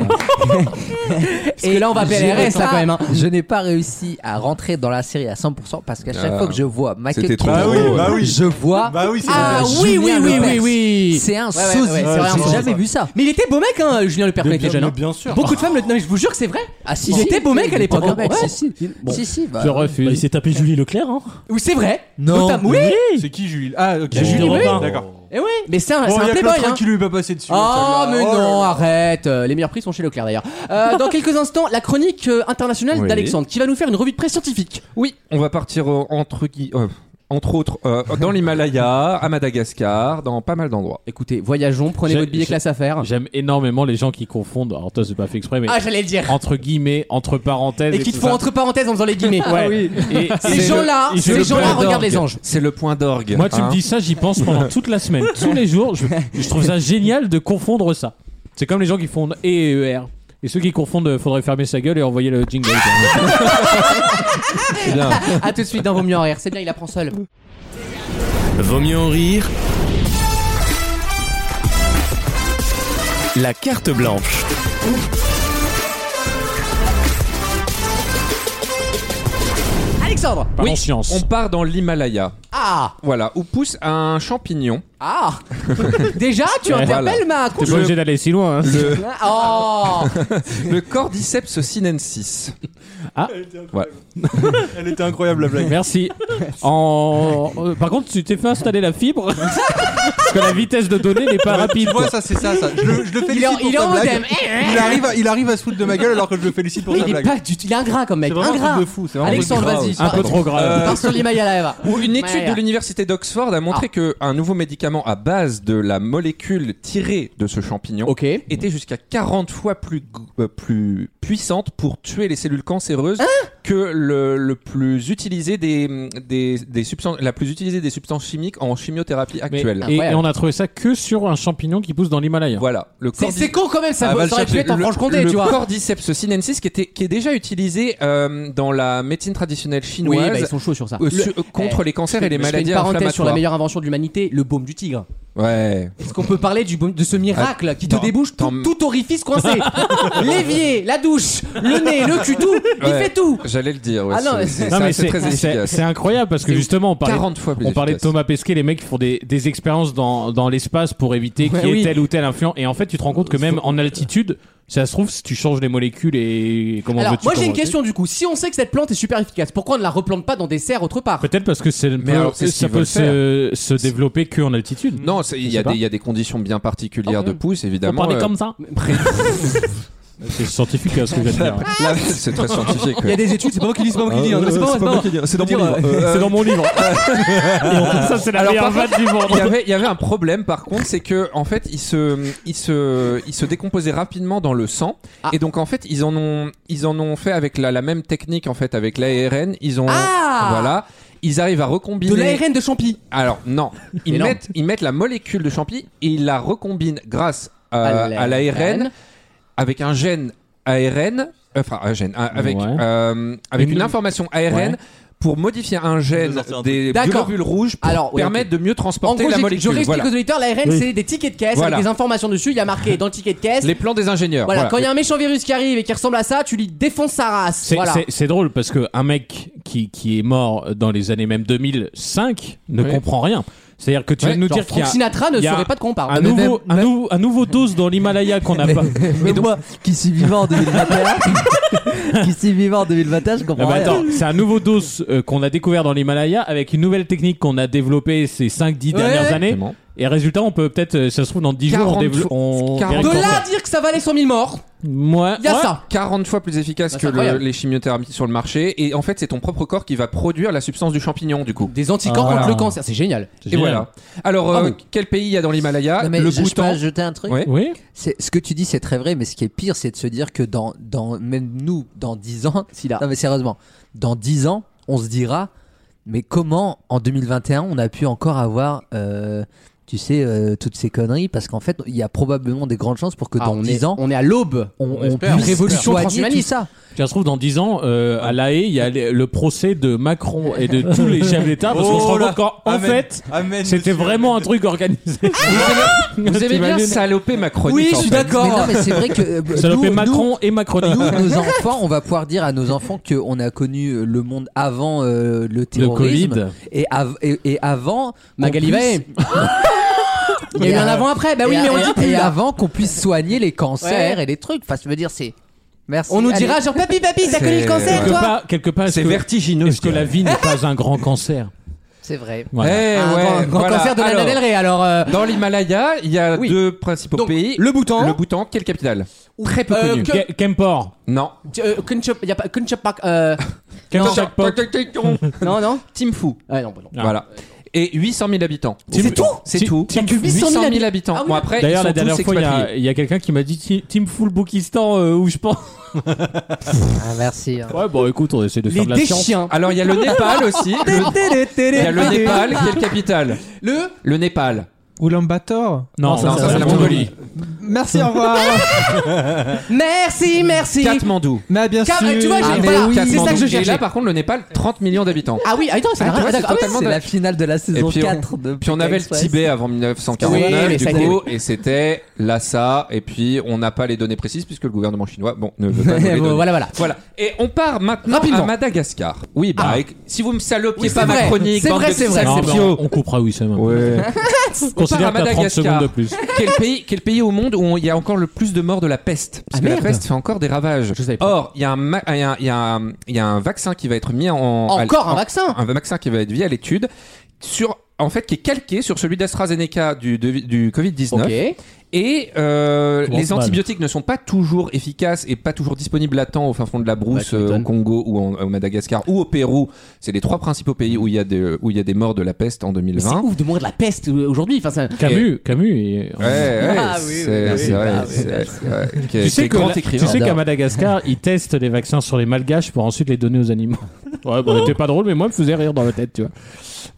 Speaker 2: Parce que là, on va PLRS là quand même. hein.
Speaker 4: Je n'ai pas réussi à rentrer dans la série à 100% parce qu'à chaque
Speaker 5: Ah.
Speaker 4: fois que je vois Michael
Speaker 5: C'était trop
Speaker 7: Bah
Speaker 4: Keaton,
Speaker 7: oui,
Speaker 5: drôle.
Speaker 7: bah oui.
Speaker 4: je vois.
Speaker 7: Bah oui, c'est
Speaker 2: Ah
Speaker 4: Julien
Speaker 2: oui, oui,
Speaker 3: hein.
Speaker 2: oui, oui,
Speaker 4: Lepers.
Speaker 2: oui.
Speaker 4: C'est un
Speaker 2: Ouais, ouais,
Speaker 4: sosie.
Speaker 2: ouais, c'est vrai,
Speaker 4: J'ai
Speaker 2: c'est
Speaker 4: jamais vu ça.
Speaker 2: Mais il était beau mec, hein, Julien Lepers, quand il
Speaker 7: Mais
Speaker 2: était jeune.
Speaker 7: mais
Speaker 2: hein.
Speaker 7: bien sûr.
Speaker 2: Beaucoup de femmes le. Non, mais je vous jure que c'est vrai.
Speaker 4: Ah, si,
Speaker 2: Il
Speaker 4: si,
Speaker 2: était beau mec à
Speaker 4: il était
Speaker 2: l'époque,
Speaker 4: beau
Speaker 2: hein.
Speaker 4: mec,
Speaker 2: Ouais.
Speaker 4: si, si.
Speaker 2: Bon.
Speaker 4: Si, si, bah,
Speaker 3: Je
Speaker 8: Bah, il
Speaker 3: refuse.
Speaker 8: s'est tapé Julie Leclerc, hein
Speaker 2: Ou c'est vrai.
Speaker 4: Non.
Speaker 2: Notamment- Oui.
Speaker 7: C'est qui, Julie Ah, ok.
Speaker 8: Bon,
Speaker 7: Julie,
Speaker 8: oui.
Speaker 7: Robin, d'accord.
Speaker 2: Et Eh oui. Mais c'est un,
Speaker 7: Bon,
Speaker 2: c'est
Speaker 7: il y
Speaker 2: un
Speaker 7: a que
Speaker 2: playboy.
Speaker 7: l'autre
Speaker 2: hein.
Speaker 7: qui lui est pas passé dessus.
Speaker 2: Oh
Speaker 7: celle-là.
Speaker 2: mais
Speaker 7: Oh là
Speaker 2: non,
Speaker 7: là.
Speaker 2: arrête. Euh, Les meilleurs prix sont chez Leclerc d'ailleurs. Euh, Dans quelques instants, la chronique euh, internationale
Speaker 5: Oui.
Speaker 2: d'Alexandre qui va nous faire une revue de presse scientifique. Oui.
Speaker 5: On va partir euh, entre gui- euh, entre autres euh, dans l'Himalaya, à Madagascar, dans pas mal d'endroits.
Speaker 2: Écoutez, voyageons, prenez
Speaker 3: J'ai-
Speaker 2: votre billet
Speaker 3: j'ai-
Speaker 2: classe affaires.
Speaker 3: J'aime énormément les gens qui confondent. Alors, toi, c'est pas fait exprès, mais
Speaker 2: Ah, j'allais le dire.
Speaker 3: entre guillemets, entre parenthèses.
Speaker 2: Et qui te
Speaker 3: tout
Speaker 2: font
Speaker 3: ça.
Speaker 2: entre parenthèses en faisant les guillemets.
Speaker 3: Ouais. Et-
Speaker 2: Ces
Speaker 3: c'est
Speaker 2: gens-là,
Speaker 3: le- et c'est
Speaker 2: ces
Speaker 3: le
Speaker 2: gens-là
Speaker 3: point
Speaker 2: regardent
Speaker 3: d'orgue.
Speaker 2: les anges.
Speaker 5: C'est le point d'orgue.
Speaker 3: Moi, tu
Speaker 5: hein.
Speaker 3: me dis ça, j'y pense pendant toute la semaine, tous les jours. Je, je trouve ça génial de confondre ça. C'est comme les gens qui font E et ER. Et ceux qui confondent, euh, faudrait fermer sa gueule et envoyer le jingle.
Speaker 5: C'est bien.
Speaker 2: À tout de suite dans Vos mieux en rire. C'est bien, il apprend seul.
Speaker 1: Vaut mieux en rire. La carte blanche.
Speaker 2: Alexandre.
Speaker 3: Par
Speaker 2: Oui.
Speaker 3: conscience.
Speaker 5: On part dans l'Himalaya.
Speaker 2: Ah.
Speaker 5: Voilà, où pousse un champignon.
Speaker 2: Ah. Déjà, tu
Speaker 3: Ouais.
Speaker 2: interpelles ma
Speaker 3: T'es pas
Speaker 2: conscience.
Speaker 3: obligé d'aller si loin. hein.
Speaker 5: Le,
Speaker 2: Oh.
Speaker 5: le Cordyceps sinensis.
Speaker 7: Elle était incroyable la blague.
Speaker 3: Merci. En... euh, Par contre, tu t'es fait installer la fibre parce que la vitesse de données n'est pas rapide.
Speaker 7: Tu vois,
Speaker 3: quoi.
Speaker 7: ça, c'est ça, ça. Je le, je le
Speaker 2: Il est
Speaker 7: félicite.
Speaker 2: en-
Speaker 7: pour
Speaker 2: il est
Speaker 7: sa
Speaker 2: en
Speaker 7: blague.
Speaker 2: modem. Eh,
Speaker 7: Il arrive, à- il arrive à se foutre de ma gueule alors que je le félicite pour sa
Speaker 2: Il est
Speaker 7: blague.
Speaker 2: pas du tout. Il est ingrat comme mec.
Speaker 7: C'est vraiment un
Speaker 2: Ingrat.
Speaker 7: truc de fou. c'est vraiment un truc de
Speaker 2: Alexandre,
Speaker 7: grave.
Speaker 2: vas-y. Euh,
Speaker 3: Un peu trop grave.
Speaker 2: Pars sur l'Himalaya, là,
Speaker 5: Où une étude
Speaker 2: Ouais. Ah.
Speaker 5: de l'université d'Oxford a montré qu'un nouveau médicament à base de la molécule tirée de ce champignon
Speaker 2: Ok.
Speaker 5: était jusqu'à 40 fois plus, gu- euh, plus puissante pour tuer les cellules cancéreuses
Speaker 2: Hein
Speaker 5: que le, le plus utilisé des, des, des substances, la plus utilisée des substances chimiques en chimiothérapie
Speaker 3: Mais-
Speaker 5: actuelle.
Speaker 3: et,
Speaker 2: Incroyable.
Speaker 3: et on a trouvé ça que sur un champignon qui pousse dans l'Himalaya.
Speaker 5: Voilà, le
Speaker 2: C'est,
Speaker 5: cordyceps-
Speaker 2: c'est con quand même, ça,
Speaker 5: Ah, va
Speaker 2: ça
Speaker 5: le
Speaker 2: aurait pu
Speaker 5: chercher.
Speaker 2: être en
Speaker 5: Le-
Speaker 2: Franche-Comté,
Speaker 5: le
Speaker 2: tu vois.
Speaker 5: Cordyceps sinensis qui, était, qui est déjà utilisé euh, dans la médecine traditionnelle
Speaker 2: Oui,
Speaker 5: chinoise
Speaker 2: bah, ils sont chauds sur ça.
Speaker 5: euh, su- euh, contre
Speaker 2: eh,
Speaker 5: les cancers et les
Speaker 2: Je fais
Speaker 5: maladies
Speaker 2: une parenthèse
Speaker 5: inflammatoires.
Speaker 2: sur la meilleure invention de l'humanité, le baume du tigre.
Speaker 5: Ouais.
Speaker 2: Est-ce qu'on peut parler du baume- de ce miracle qui te
Speaker 5: t'en-
Speaker 2: débouche tout,
Speaker 5: t'en-
Speaker 2: tout orifice coincé L'évier, la douche, le nez, le cul, tout Il
Speaker 5: Ouais.
Speaker 2: fait tout
Speaker 5: J'allais le dire. ouais,
Speaker 2: Ah non, mais
Speaker 5: c'est-
Speaker 2: c'est-
Speaker 5: c'est
Speaker 3: Non,
Speaker 5: ça,
Speaker 3: mais
Speaker 5: c'est très
Speaker 3: c'est-
Speaker 5: efficace.
Speaker 3: c'est incroyable parce que justement, on parlait
Speaker 5: 40 fois plus
Speaker 3: On parlait de
Speaker 5: efficace.
Speaker 3: Thomas Pesquet, les mecs qui font des, des expériences dans, dans l'espace pour éviter
Speaker 2: Ouais,
Speaker 3: qu'il y ait
Speaker 2: oui.
Speaker 3: tel ou tel influent. Et en fait, tu te rends compte que même en altitude, ça se trouve, si tu changes les molécules et comment
Speaker 2: Alors,
Speaker 3: veux-tu
Speaker 2: moi j'ai une
Speaker 3: comment-
Speaker 2: question du coup. Si on sait que cette plante est super efficace, pourquoi on ne la replante pas dans des serres autre part
Speaker 3: Peut-être parce que c'est
Speaker 5: Mais
Speaker 3: peut-
Speaker 5: alors, c'est ce
Speaker 3: ça
Speaker 5: qu'ils
Speaker 3: peut
Speaker 5: veulent
Speaker 3: se, se développer que en altitude.
Speaker 5: Non, c'est- il y, a
Speaker 3: Je sais pas.
Speaker 5: des- il y a des conditions bien particulières de pousse,
Speaker 3: Faut
Speaker 5: évidemment.
Speaker 3: parler
Speaker 5: euh,
Speaker 3: comme ça. C'est scientifique hein, ce que je viens de dire.
Speaker 5: là, c'est très scientifique. Euh,
Speaker 2: Il y a des études, c'est pas moi qui dis, c'est pas moi qui dis. hein. C'est pas moi, c'est pas moi.
Speaker 5: C'est dans Euh,
Speaker 2: mon livre.
Speaker 3: C'est dans mon livre. Et on- ça, c'est la
Speaker 5: Alors,
Speaker 3: meilleure
Speaker 5: par contre,
Speaker 3: vanne du
Speaker 5: Il y,
Speaker 3: monde.
Speaker 5: avait, il y avait un problème par contre, c'est que en fait ils se, ils se, ils se décomposaient rapidement dans le sang
Speaker 2: Ah.
Speaker 5: et donc en fait ils en ont, ils en ont fait avec la, la même technique en fait avec l'ARN, ils ont,
Speaker 2: Ah
Speaker 5: voilà, ils arrivent à recombiner.
Speaker 2: De l'ARN de champi.
Speaker 5: Alors non,
Speaker 2: Mais
Speaker 5: ils
Speaker 2: non.
Speaker 5: mettent, ils mettent la molécule de champi et ils la recombinent grâce euh, à l'ARN avec un gène ARN, euh, enfin un gène, un- avec,
Speaker 3: Ouais.
Speaker 5: euh, avec une,
Speaker 3: Une-
Speaker 5: information ARN
Speaker 3: Ouais.
Speaker 5: pour modifier un gène des
Speaker 2: D'accord.
Speaker 5: globules rouges pour
Speaker 2: Alors, ouais,
Speaker 5: permettre de mieux
Speaker 2: En
Speaker 5: transporter
Speaker 2: gros,
Speaker 5: la
Speaker 2: j'ai- je
Speaker 5: molécule.
Speaker 2: réexplique
Speaker 5: Voilà.
Speaker 2: aux auditeurs, l'ARN
Speaker 5: Oui.
Speaker 2: c'est des tickets de caisse
Speaker 5: Voilà.
Speaker 2: avec des informations dessus. Il y a marqué dans le ticket de caisse.
Speaker 5: Les plans des ingénieurs.
Speaker 2: Voilà,
Speaker 3: voilà.
Speaker 2: quand il y a un méchant virus qui arrive et qui ressemble à ça, tu lui défonces sa race.
Speaker 3: C'est
Speaker 2: Voilà.
Speaker 3: c'est- c'est drôle parce que un mec qui, qui est mort dans les années même 2005 ne
Speaker 2: Oui.
Speaker 3: comprend rien. C'est-à-dire que tu
Speaker 2: Ouais,
Speaker 3: viens de nous
Speaker 2: genre
Speaker 3: dire qu'il y a.
Speaker 2: Frank Sinatra ne
Speaker 3: il y a
Speaker 2: saurait pas de quoi on parle.
Speaker 3: Un
Speaker 2: Mais
Speaker 3: nouveau, un, nouveau, un nouveau dose dans l'Himalaya qu'on n'a pas.
Speaker 4: Mais moi, qui suis vivant en 2021, qui suis vivant en 2021, je
Speaker 3: Ah
Speaker 4: comprends
Speaker 3: bah
Speaker 4: rien.
Speaker 3: attends, c'est un nouveau dose euh, qu'on a découvert dans l'Himalaya avec une nouvelle technique qu'on a développée ces 5-10
Speaker 2: Ouais.
Speaker 3: dernières années. Et résultat, on peut peut-être, euh, ça se trouve, dans 10 jours, on,
Speaker 5: 40
Speaker 3: développe. on verra
Speaker 2: De
Speaker 3: le
Speaker 2: là à
Speaker 3: cancer.
Speaker 2: dire que ça valait 100 000 morts.
Speaker 3: Moi,
Speaker 2: Il y a ça.
Speaker 5: 40 fois plus efficace
Speaker 2: Bah, c'est
Speaker 5: que le-
Speaker 2: incroyable.
Speaker 5: les chimiothérapies sur le marché. Et en fait, c'est ton propre corps qui va produire la substance du champignon, du coup.
Speaker 2: Des anticorps
Speaker 5: Ah.
Speaker 2: contre le cancer, c'est génial.
Speaker 5: Et voilà. Alors, euh, quel pays il y a dans l'Himalaya
Speaker 4: Non, mais
Speaker 5: Ah, Le
Speaker 4: je, je peux
Speaker 5: Bhoutan.
Speaker 4: ajouter un truc
Speaker 5: Ouais. Oui.
Speaker 4: C'est ce que tu dis, c'est très vrai, mais ce qui est pire, c'est de se dire que dans, dans même nous, dans 10 ans, non mais sérieusement, dans 10 ans, on se dira, mais comment en 2021 on a pu encore avoir, euh, tu sais, euh, toutes ces conneries Parce qu'en fait, il y a probablement des grandes chances pour que
Speaker 2: Ah,
Speaker 4: dans
Speaker 2: on
Speaker 4: 10
Speaker 2: est-
Speaker 4: ans,
Speaker 2: on est à l'aube,
Speaker 4: on, on
Speaker 3: espère.
Speaker 4: puisse
Speaker 3: Révolution
Speaker 4: soigner
Speaker 3: transhumaniste.
Speaker 4: tout ça.
Speaker 3: Ça se trouve, dans 10 ans, euh, à La Haye, il y a le, le procès de Macron et de tous les chefs d'État parce qu'on se rend
Speaker 7: Oh là.
Speaker 3: compte qu'en en
Speaker 7: Amen.
Speaker 3: fait, c'était vraiment un truc organisé.
Speaker 5: Vous aimez bien saloper Macron
Speaker 3: Oui, je suis
Speaker 4: Mais non, mais c'est vrai que euh,
Speaker 3: Saloper
Speaker 4: nous-
Speaker 3: Macron
Speaker 4: nous-
Speaker 3: et Macronie.
Speaker 4: Nous, nos enfants, on va pouvoir dire à nos enfants qu'on a connu euh, le monde avant euh, le terrorisme
Speaker 3: Covid.
Speaker 4: et, av- et, et avant qu'on
Speaker 2: Magali
Speaker 4: puisse-
Speaker 2: Vaé. Il y a eu un avant après. Bah oui,
Speaker 4: et
Speaker 2: mais
Speaker 4: a-
Speaker 2: on le dit
Speaker 4: et-
Speaker 2: plus,
Speaker 4: Et
Speaker 2: là.
Speaker 4: avant qu'on puisse soigner les cancers
Speaker 2: Ouais.
Speaker 4: et les trucs. Enfin, je veux dire, c'est. Merci.
Speaker 2: On nous
Speaker 4: Allez.
Speaker 2: dira genre papy papy t'as
Speaker 4: C'est-
Speaker 2: connu le cancer
Speaker 3: Quelque
Speaker 2: toi.
Speaker 3: part, quelque part, est-ce
Speaker 5: C'est
Speaker 3: que-
Speaker 5: vertigineux,
Speaker 3: Est-ce que
Speaker 5: je Euh,
Speaker 3: la vie n'est pas un grand cancer
Speaker 4: C'est vrai.
Speaker 3: Voilà.
Speaker 5: Eh,
Speaker 2: Un
Speaker 5: ouais,
Speaker 2: Ah, grand- grand
Speaker 5: voilà.
Speaker 2: cancer de Lana
Speaker 5: Alors,
Speaker 2: Del Rey alors. euh,
Speaker 5: Dans l'Himalaya, il y a
Speaker 2: Oui.
Speaker 5: deux principaux
Speaker 2: Donc,
Speaker 5: pays.
Speaker 2: le Bhoutan.
Speaker 5: Le Bhoutan, quelle capitale
Speaker 2: Très peu
Speaker 3: euh,
Speaker 5: connu.
Speaker 2: Que,
Speaker 3: Ke- Kempor.
Speaker 5: Non.
Speaker 2: euh, Kunchup- y a pas Kunchup Park, euh, non non.
Speaker 5: Timfu.
Speaker 2: Ouais, non, bah non.
Speaker 5: Voilà. Et 800 000 habitants.
Speaker 2: C'est tout
Speaker 5: C'est
Speaker 3: Tim-
Speaker 5: tout.
Speaker 3: Tim-
Speaker 5: 800 000 habitants.
Speaker 2: Ah oui,
Speaker 5: bon, après, ils
Speaker 3: D'ailleurs,
Speaker 5: sont
Speaker 3: la
Speaker 5: tous
Speaker 3: dernière fois, il y a-
Speaker 5: expatriés.
Speaker 3: il y a, quelqu'un qui m'a dit Ti- Team Full Bookistan, euh, où je pense.
Speaker 4: Ah, merci. hein.
Speaker 3: Ouais, bon, écoute, on essaie de faire
Speaker 2: Les
Speaker 3: de la science.
Speaker 2: déchiens.
Speaker 5: Alors, il y a le Népal aussi. Le- Il y a
Speaker 4: Ah,
Speaker 5: le Ah, Népal, quelle capitale
Speaker 2: Le
Speaker 5: Le Népal.
Speaker 6: Ulaanbaatar
Speaker 3: Non,
Speaker 5: Non, ça, c'est la Mongolie.
Speaker 6: Merci, au revoir.
Speaker 2: merci merci.
Speaker 5: Katmandou.
Speaker 6: Mais bien sûr.
Speaker 2: Car- tu vois, j'ai-
Speaker 4: Ah, mais
Speaker 2: voilà,
Speaker 4: oui.
Speaker 2: c'est ça que je
Speaker 5: Et là,
Speaker 2: cherchais.
Speaker 5: par contre, le Népal, 30 millions d'habitants.
Speaker 2: Ah oui, attends, ça n'a
Speaker 5: Ah, tu
Speaker 2: rien
Speaker 5: vois,
Speaker 2: à voir.
Speaker 5: c'est
Speaker 2: Ah oui,
Speaker 5: totalement
Speaker 4: C'est
Speaker 5: de-
Speaker 4: la finale de la saison
Speaker 5: Et puis on-
Speaker 4: 4 de
Speaker 5: Puis on avait le
Speaker 4: Pékin Express.
Speaker 5: Tibet avant
Speaker 2: Oui,
Speaker 5: 1949,
Speaker 2: mais ça
Speaker 5: du
Speaker 2: a été-
Speaker 5: coup, et c'était Lhasa, et puis on n'a pas les données précises puisque le gouvernement chinois, bon, ne veut pas nous les donner.
Speaker 2: Voilà voilà.
Speaker 5: Voilà. Et on part maintenant
Speaker 2: Rapidement.
Speaker 5: à Madagascar. Oui, bah,
Speaker 2: Ah.
Speaker 5: et- si vous me salopiez
Speaker 2: Oui, c'est
Speaker 5: pas
Speaker 2: vrai.
Speaker 5: ma chronique,
Speaker 2: C'est
Speaker 5: bande
Speaker 2: vrai,
Speaker 5: de
Speaker 2: c'est vrai.
Speaker 3: Non, mais
Speaker 5: salopio.
Speaker 3: on, on coupera oui seulement.
Speaker 5: On
Speaker 3: Considère que
Speaker 5: part à
Speaker 3: t'as 30 secondes
Speaker 5: Madagascar.
Speaker 3: de plus.
Speaker 5: quel pays, quel pays au monde où on- il y a encore le plus de morts de la peste
Speaker 2: Ah,
Speaker 5: Parce que la
Speaker 2: merde.
Speaker 5: peste fait encore des ravages.
Speaker 2: Je savais pas.
Speaker 5: Or, il y, a un ma- il y a un- il y a un- il y a un vaccin qui va être mis en.
Speaker 2: Encore
Speaker 5: à-
Speaker 2: un
Speaker 5: en-
Speaker 2: vaccin
Speaker 5: Un vaccin qui va être mis à l'étude sur. En fait, qui est calqué sur celui d'AstraZeneca du, de- du Covid-19.
Speaker 2: Ok.
Speaker 5: Et euh,
Speaker 3: Commence
Speaker 5: les
Speaker 3: mal.
Speaker 5: antibiotiques ne sont pas toujours efficaces et pas toujours disponibles à temps au fin fond de la brousse
Speaker 2: Bah, tu
Speaker 5: euh,
Speaker 2: m'étonnes.
Speaker 5: au Congo ou en, au Madagascar ou au Pérou. C'est les trois principaux pays où il y a des, où il y a des morts de la peste en
Speaker 2: Mais c'est
Speaker 5: 2020.
Speaker 2: ouf de mourir de la peste euh, aujourd'hui. Enfin, ça-
Speaker 3: Camus, Camus. est-
Speaker 5: Ouais, ouais,
Speaker 2: Ah oui, oui,
Speaker 5: c'est c'est
Speaker 2: oui,
Speaker 5: vrai,
Speaker 2: bah,
Speaker 5: c'est
Speaker 2: oui.
Speaker 5: vrai, c'est vrai. Quel-
Speaker 3: Tu sais
Speaker 5: quel
Speaker 3: que
Speaker 5: grand
Speaker 3: la- tu
Speaker 5: écrivain.
Speaker 3: sais qu'à Madagascar, ils testent les vaccins sur les malgaches pour ensuite les donner aux animaux. Ouais, bon, c'était pas drôle, mais moi, me faisait rire dans la tête, tu vois.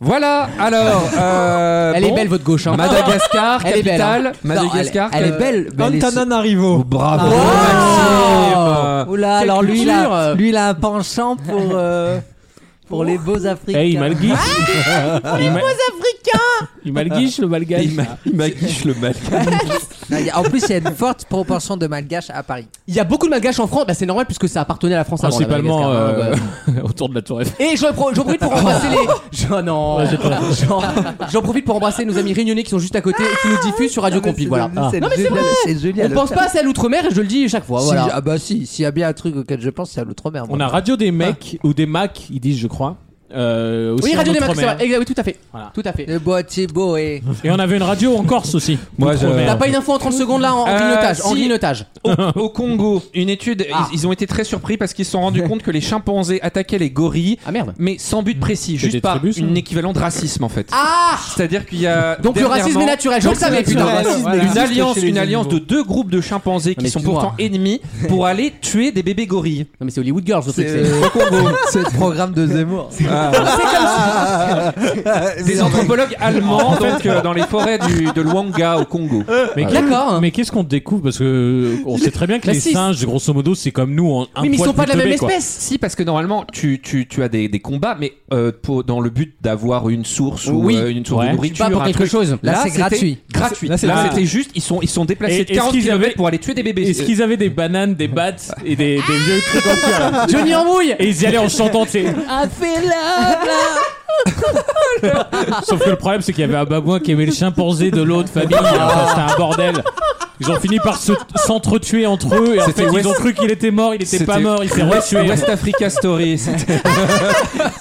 Speaker 5: Voilà, alors. euh,
Speaker 2: Elle
Speaker 5: bon,
Speaker 2: est belle votre gauche. hein.
Speaker 5: Madagascar,
Speaker 2: Elle est belle, hein.
Speaker 5: capitale. Madagascar, Ah.
Speaker 4: Non, elle, elle est
Speaker 5: euh,
Speaker 4: belle. mais elle est-
Speaker 6: Antananarivo.
Speaker 5: Bravo,
Speaker 4: Oh
Speaker 5: Maxime.
Speaker 4: Oula, alors lui, il a,
Speaker 2: culture.
Speaker 4: lui, il a un penchant pour, euh, pour les beaux Africains.
Speaker 3: Hey, il malguiche.
Speaker 2: Ah,
Speaker 3: Il ma- Il malguiche, le malgache. Ah,
Speaker 5: Il m'a- Il m'aguiche le mal.
Speaker 4: Non, il Ah, y a- en plus, il y a une forte proportion de Malgaches à Paris.
Speaker 2: Il y a beaucoup de malgaches en France. Bah, c'est normal puisque ça appartenait à la France avant, la
Speaker 3: Principalement
Speaker 2: Madagascar, hein, ouais.
Speaker 3: euh, autour de la Tour Eiffel.
Speaker 2: Et j'en pro- j'en profite pour embrasser les. Je- non. J'en- J'en profite pour embrasser nos amis réunionnais qui sont juste à côté et qui nous diffusent sur
Speaker 5: Ah,
Speaker 2: Radio Compi. Voilà.
Speaker 4: Non,
Speaker 2: Non, mais c'est
Speaker 4: génial,
Speaker 2: vrai.
Speaker 4: c'est génial.
Speaker 2: On pense pas assez à l'outre-mer et je le dis chaque fois.
Speaker 4: Si,
Speaker 2: Voilà.
Speaker 4: Ah bah si, s'il y a bien un truc auquel je pense, c'est à l'outre-mer. moi.
Speaker 3: On a Radio des mecs ou des Macs, ils disent, je crois. Euh,
Speaker 2: Ah.
Speaker 3: aussi
Speaker 2: Oui,
Speaker 3: en
Speaker 2: Radio des Macs,
Speaker 3: Outre-mer.
Speaker 2: c'est vrai. Eh, Oui, tout à fait.
Speaker 3: Voilà.
Speaker 2: Tout à fait.
Speaker 4: Le boîtier beau et.
Speaker 3: Et on avait une radio en Corse aussi.
Speaker 5: Moi, je-
Speaker 3: Outre-mer.
Speaker 2: T'as pas une info en 30 secondes là en en
Speaker 5: Euh,
Speaker 2: grignotage En
Speaker 5: si.
Speaker 2: grignotage.
Speaker 5: Au, au Congo, une étude,
Speaker 2: Ah.
Speaker 5: ils, ils ont été très surpris parce qu'ils se sont rendus compte que les chimpanzés attaquaient les gorilles,
Speaker 2: Ah merde.
Speaker 5: mais sans but précis,
Speaker 3: des
Speaker 5: juste par
Speaker 3: tribus, ça.
Speaker 5: un équivalent de racisme en fait.
Speaker 2: Ah
Speaker 5: C'est-à-dire qu'il y a.
Speaker 2: Donc le racisme
Speaker 5: dernièrement-
Speaker 2: est naturel. Je le
Speaker 5: Donc,
Speaker 2: savais,
Speaker 5: c'est
Speaker 2: putain.
Speaker 5: naturel.
Speaker 6: Voilà.
Speaker 5: Une
Speaker 6: Existe
Speaker 5: alliance,
Speaker 6: chez les
Speaker 5: une alliance de
Speaker 6: animaux.
Speaker 5: deux groupes de chimpanzés
Speaker 2: mais
Speaker 5: qui sont
Speaker 2: excuse-moi.
Speaker 5: pourtant ennemis pour aller tuer des bébés gorilles.
Speaker 2: Non, mais c'est Hollywood Girls, le truc.
Speaker 4: C'est
Speaker 2: c'est-
Speaker 4: c'est le programme de Zemmour.
Speaker 5: Euh, Des anthropologues allemands, donc euh, dans les forêts du- de Luanga au Congo.
Speaker 3: Mais
Speaker 2: Ah.
Speaker 5: Voilà.
Speaker 3: qu'est- Mais qu'est-ce qu'on découvre Parce que euh, on sait très bien que les
Speaker 5: Classiste.
Speaker 3: singes, grosso modo, c'est comme nous. En, un poil plus teubés, quoi.
Speaker 5: Si, parce que normalement, tu, tu, tu as des, des combats, mais euh, pour- dans le but d'avoir une source ou
Speaker 3: Oui.
Speaker 5: euh, une source
Speaker 3: Ouais.
Speaker 5: de nourriture.
Speaker 3: Tu bats pour
Speaker 5: un
Speaker 3: quelque
Speaker 5: truc.
Speaker 3: chose. Là, c'est
Speaker 5: c'était
Speaker 3: gratuit.
Speaker 5: Gratuit.
Speaker 3: Là,
Speaker 5: Là,
Speaker 3: c'est gratuit.
Speaker 5: c'était juste, ils, sont, ils sont déplacés de
Speaker 3: Et- est-ce
Speaker 5: 40
Speaker 3: qu'ils
Speaker 5: km
Speaker 3: avaient-
Speaker 5: pour aller tuer des bébés.
Speaker 3: Est-ce qu'ils avaient des bananes, des battes et des, des vieux trucs en cuir là
Speaker 2: Ah. Johnny en mouille
Speaker 3: Et ils y allaient en chantant, tu sais.
Speaker 5: Ah,
Speaker 4: A fait là, là.
Speaker 3: Sauf que le problème, c'est qu'il y avait un babouin qui aimait le chimpanzé de l'autre famille. Enfin, C'était un bordel. Ils ont fini par se- s'entretuer entre eux et en
Speaker 5: C'était
Speaker 3: fait,
Speaker 5: West-
Speaker 3: ils ont cru qu'il était mort, il était pas
Speaker 5: C'était
Speaker 3: mort, il s'est
Speaker 5: West-
Speaker 3: retué.
Speaker 5: West Africa Story. c'était-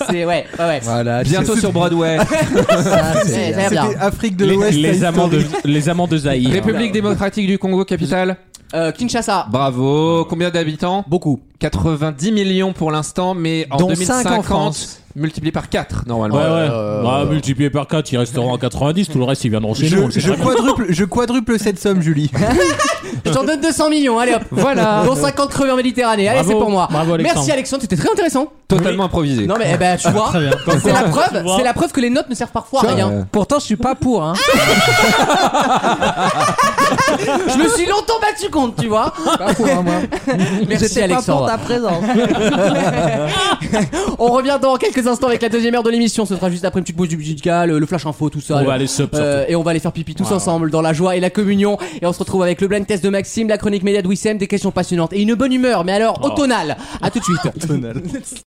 Speaker 2: C'est ouais, ouais, ouais.
Speaker 4: Voilà,
Speaker 5: Bientôt sur Broadway.
Speaker 4: Eh,
Speaker 2: c'est très bien.
Speaker 7: C'était Afrique de
Speaker 3: Les,
Speaker 7: l'Ouest.
Speaker 3: les
Speaker 7: ça,
Speaker 3: amants de,
Speaker 7: historique.
Speaker 3: les amants de Zaïre.
Speaker 5: République démocratique du Congo, capitale.
Speaker 2: Euh, Kinshasa.
Speaker 5: Bravo. Combien d'habitants
Speaker 2: Beaucoup.
Speaker 5: 90 millions pour l'instant, mais en
Speaker 4: Dont
Speaker 5: 2050,
Speaker 4: cinq en France.
Speaker 5: multiplié par 4 normalement.
Speaker 3: Ouais, ouais.
Speaker 5: Euh,
Speaker 3: Ah, multiplié par 4, ils resteront en 90, tout le reste, ils viendront chez
Speaker 7: Je,
Speaker 3: nous. on le sait
Speaker 7: je
Speaker 3: très bien.
Speaker 7: quadruple, je quadruple cette somme, Julie.
Speaker 2: Je t'en donne 200 millions, allez hop.
Speaker 5: Voilà.
Speaker 2: Dont 50 crevés en Méditerranée. Allez,
Speaker 3: Bravo.
Speaker 2: c'est pour moi.
Speaker 3: Bravo, Alexandre.
Speaker 2: Merci Alexandre, c'était très intéressant.
Speaker 5: Totalement improvisé.
Speaker 2: Non mais eh ben tu vois,
Speaker 8: Très bien.
Speaker 2: c'est la preuve,
Speaker 8: vois.
Speaker 2: c'est la preuve que les notes ne servent parfois à rien.
Speaker 4: Pourtant, je suis pas pour. Hein.
Speaker 2: Je me suis longtemps battu contre, tu vois.
Speaker 4: Pas pour hein, moi.
Speaker 2: Merci
Speaker 4: J'étais pas pour
Speaker 2: Alexandre.
Speaker 4: ta présence.
Speaker 2: On revient dans quelques instants avec la deuxième heure de l'émission. Ce sera juste après une petite pause du musical, le flash info, tout ça.
Speaker 3: On
Speaker 2: Le-
Speaker 3: va aller sub surtout.
Speaker 2: Euh, et on va aller faire pipi tous ensemble dans la joie et la communion. Et on se retrouve avec le blind test de Maxime, la chronique média de Wissem, des questions passionnantes et une bonne humeur, mais alors automnale. À tout de suite.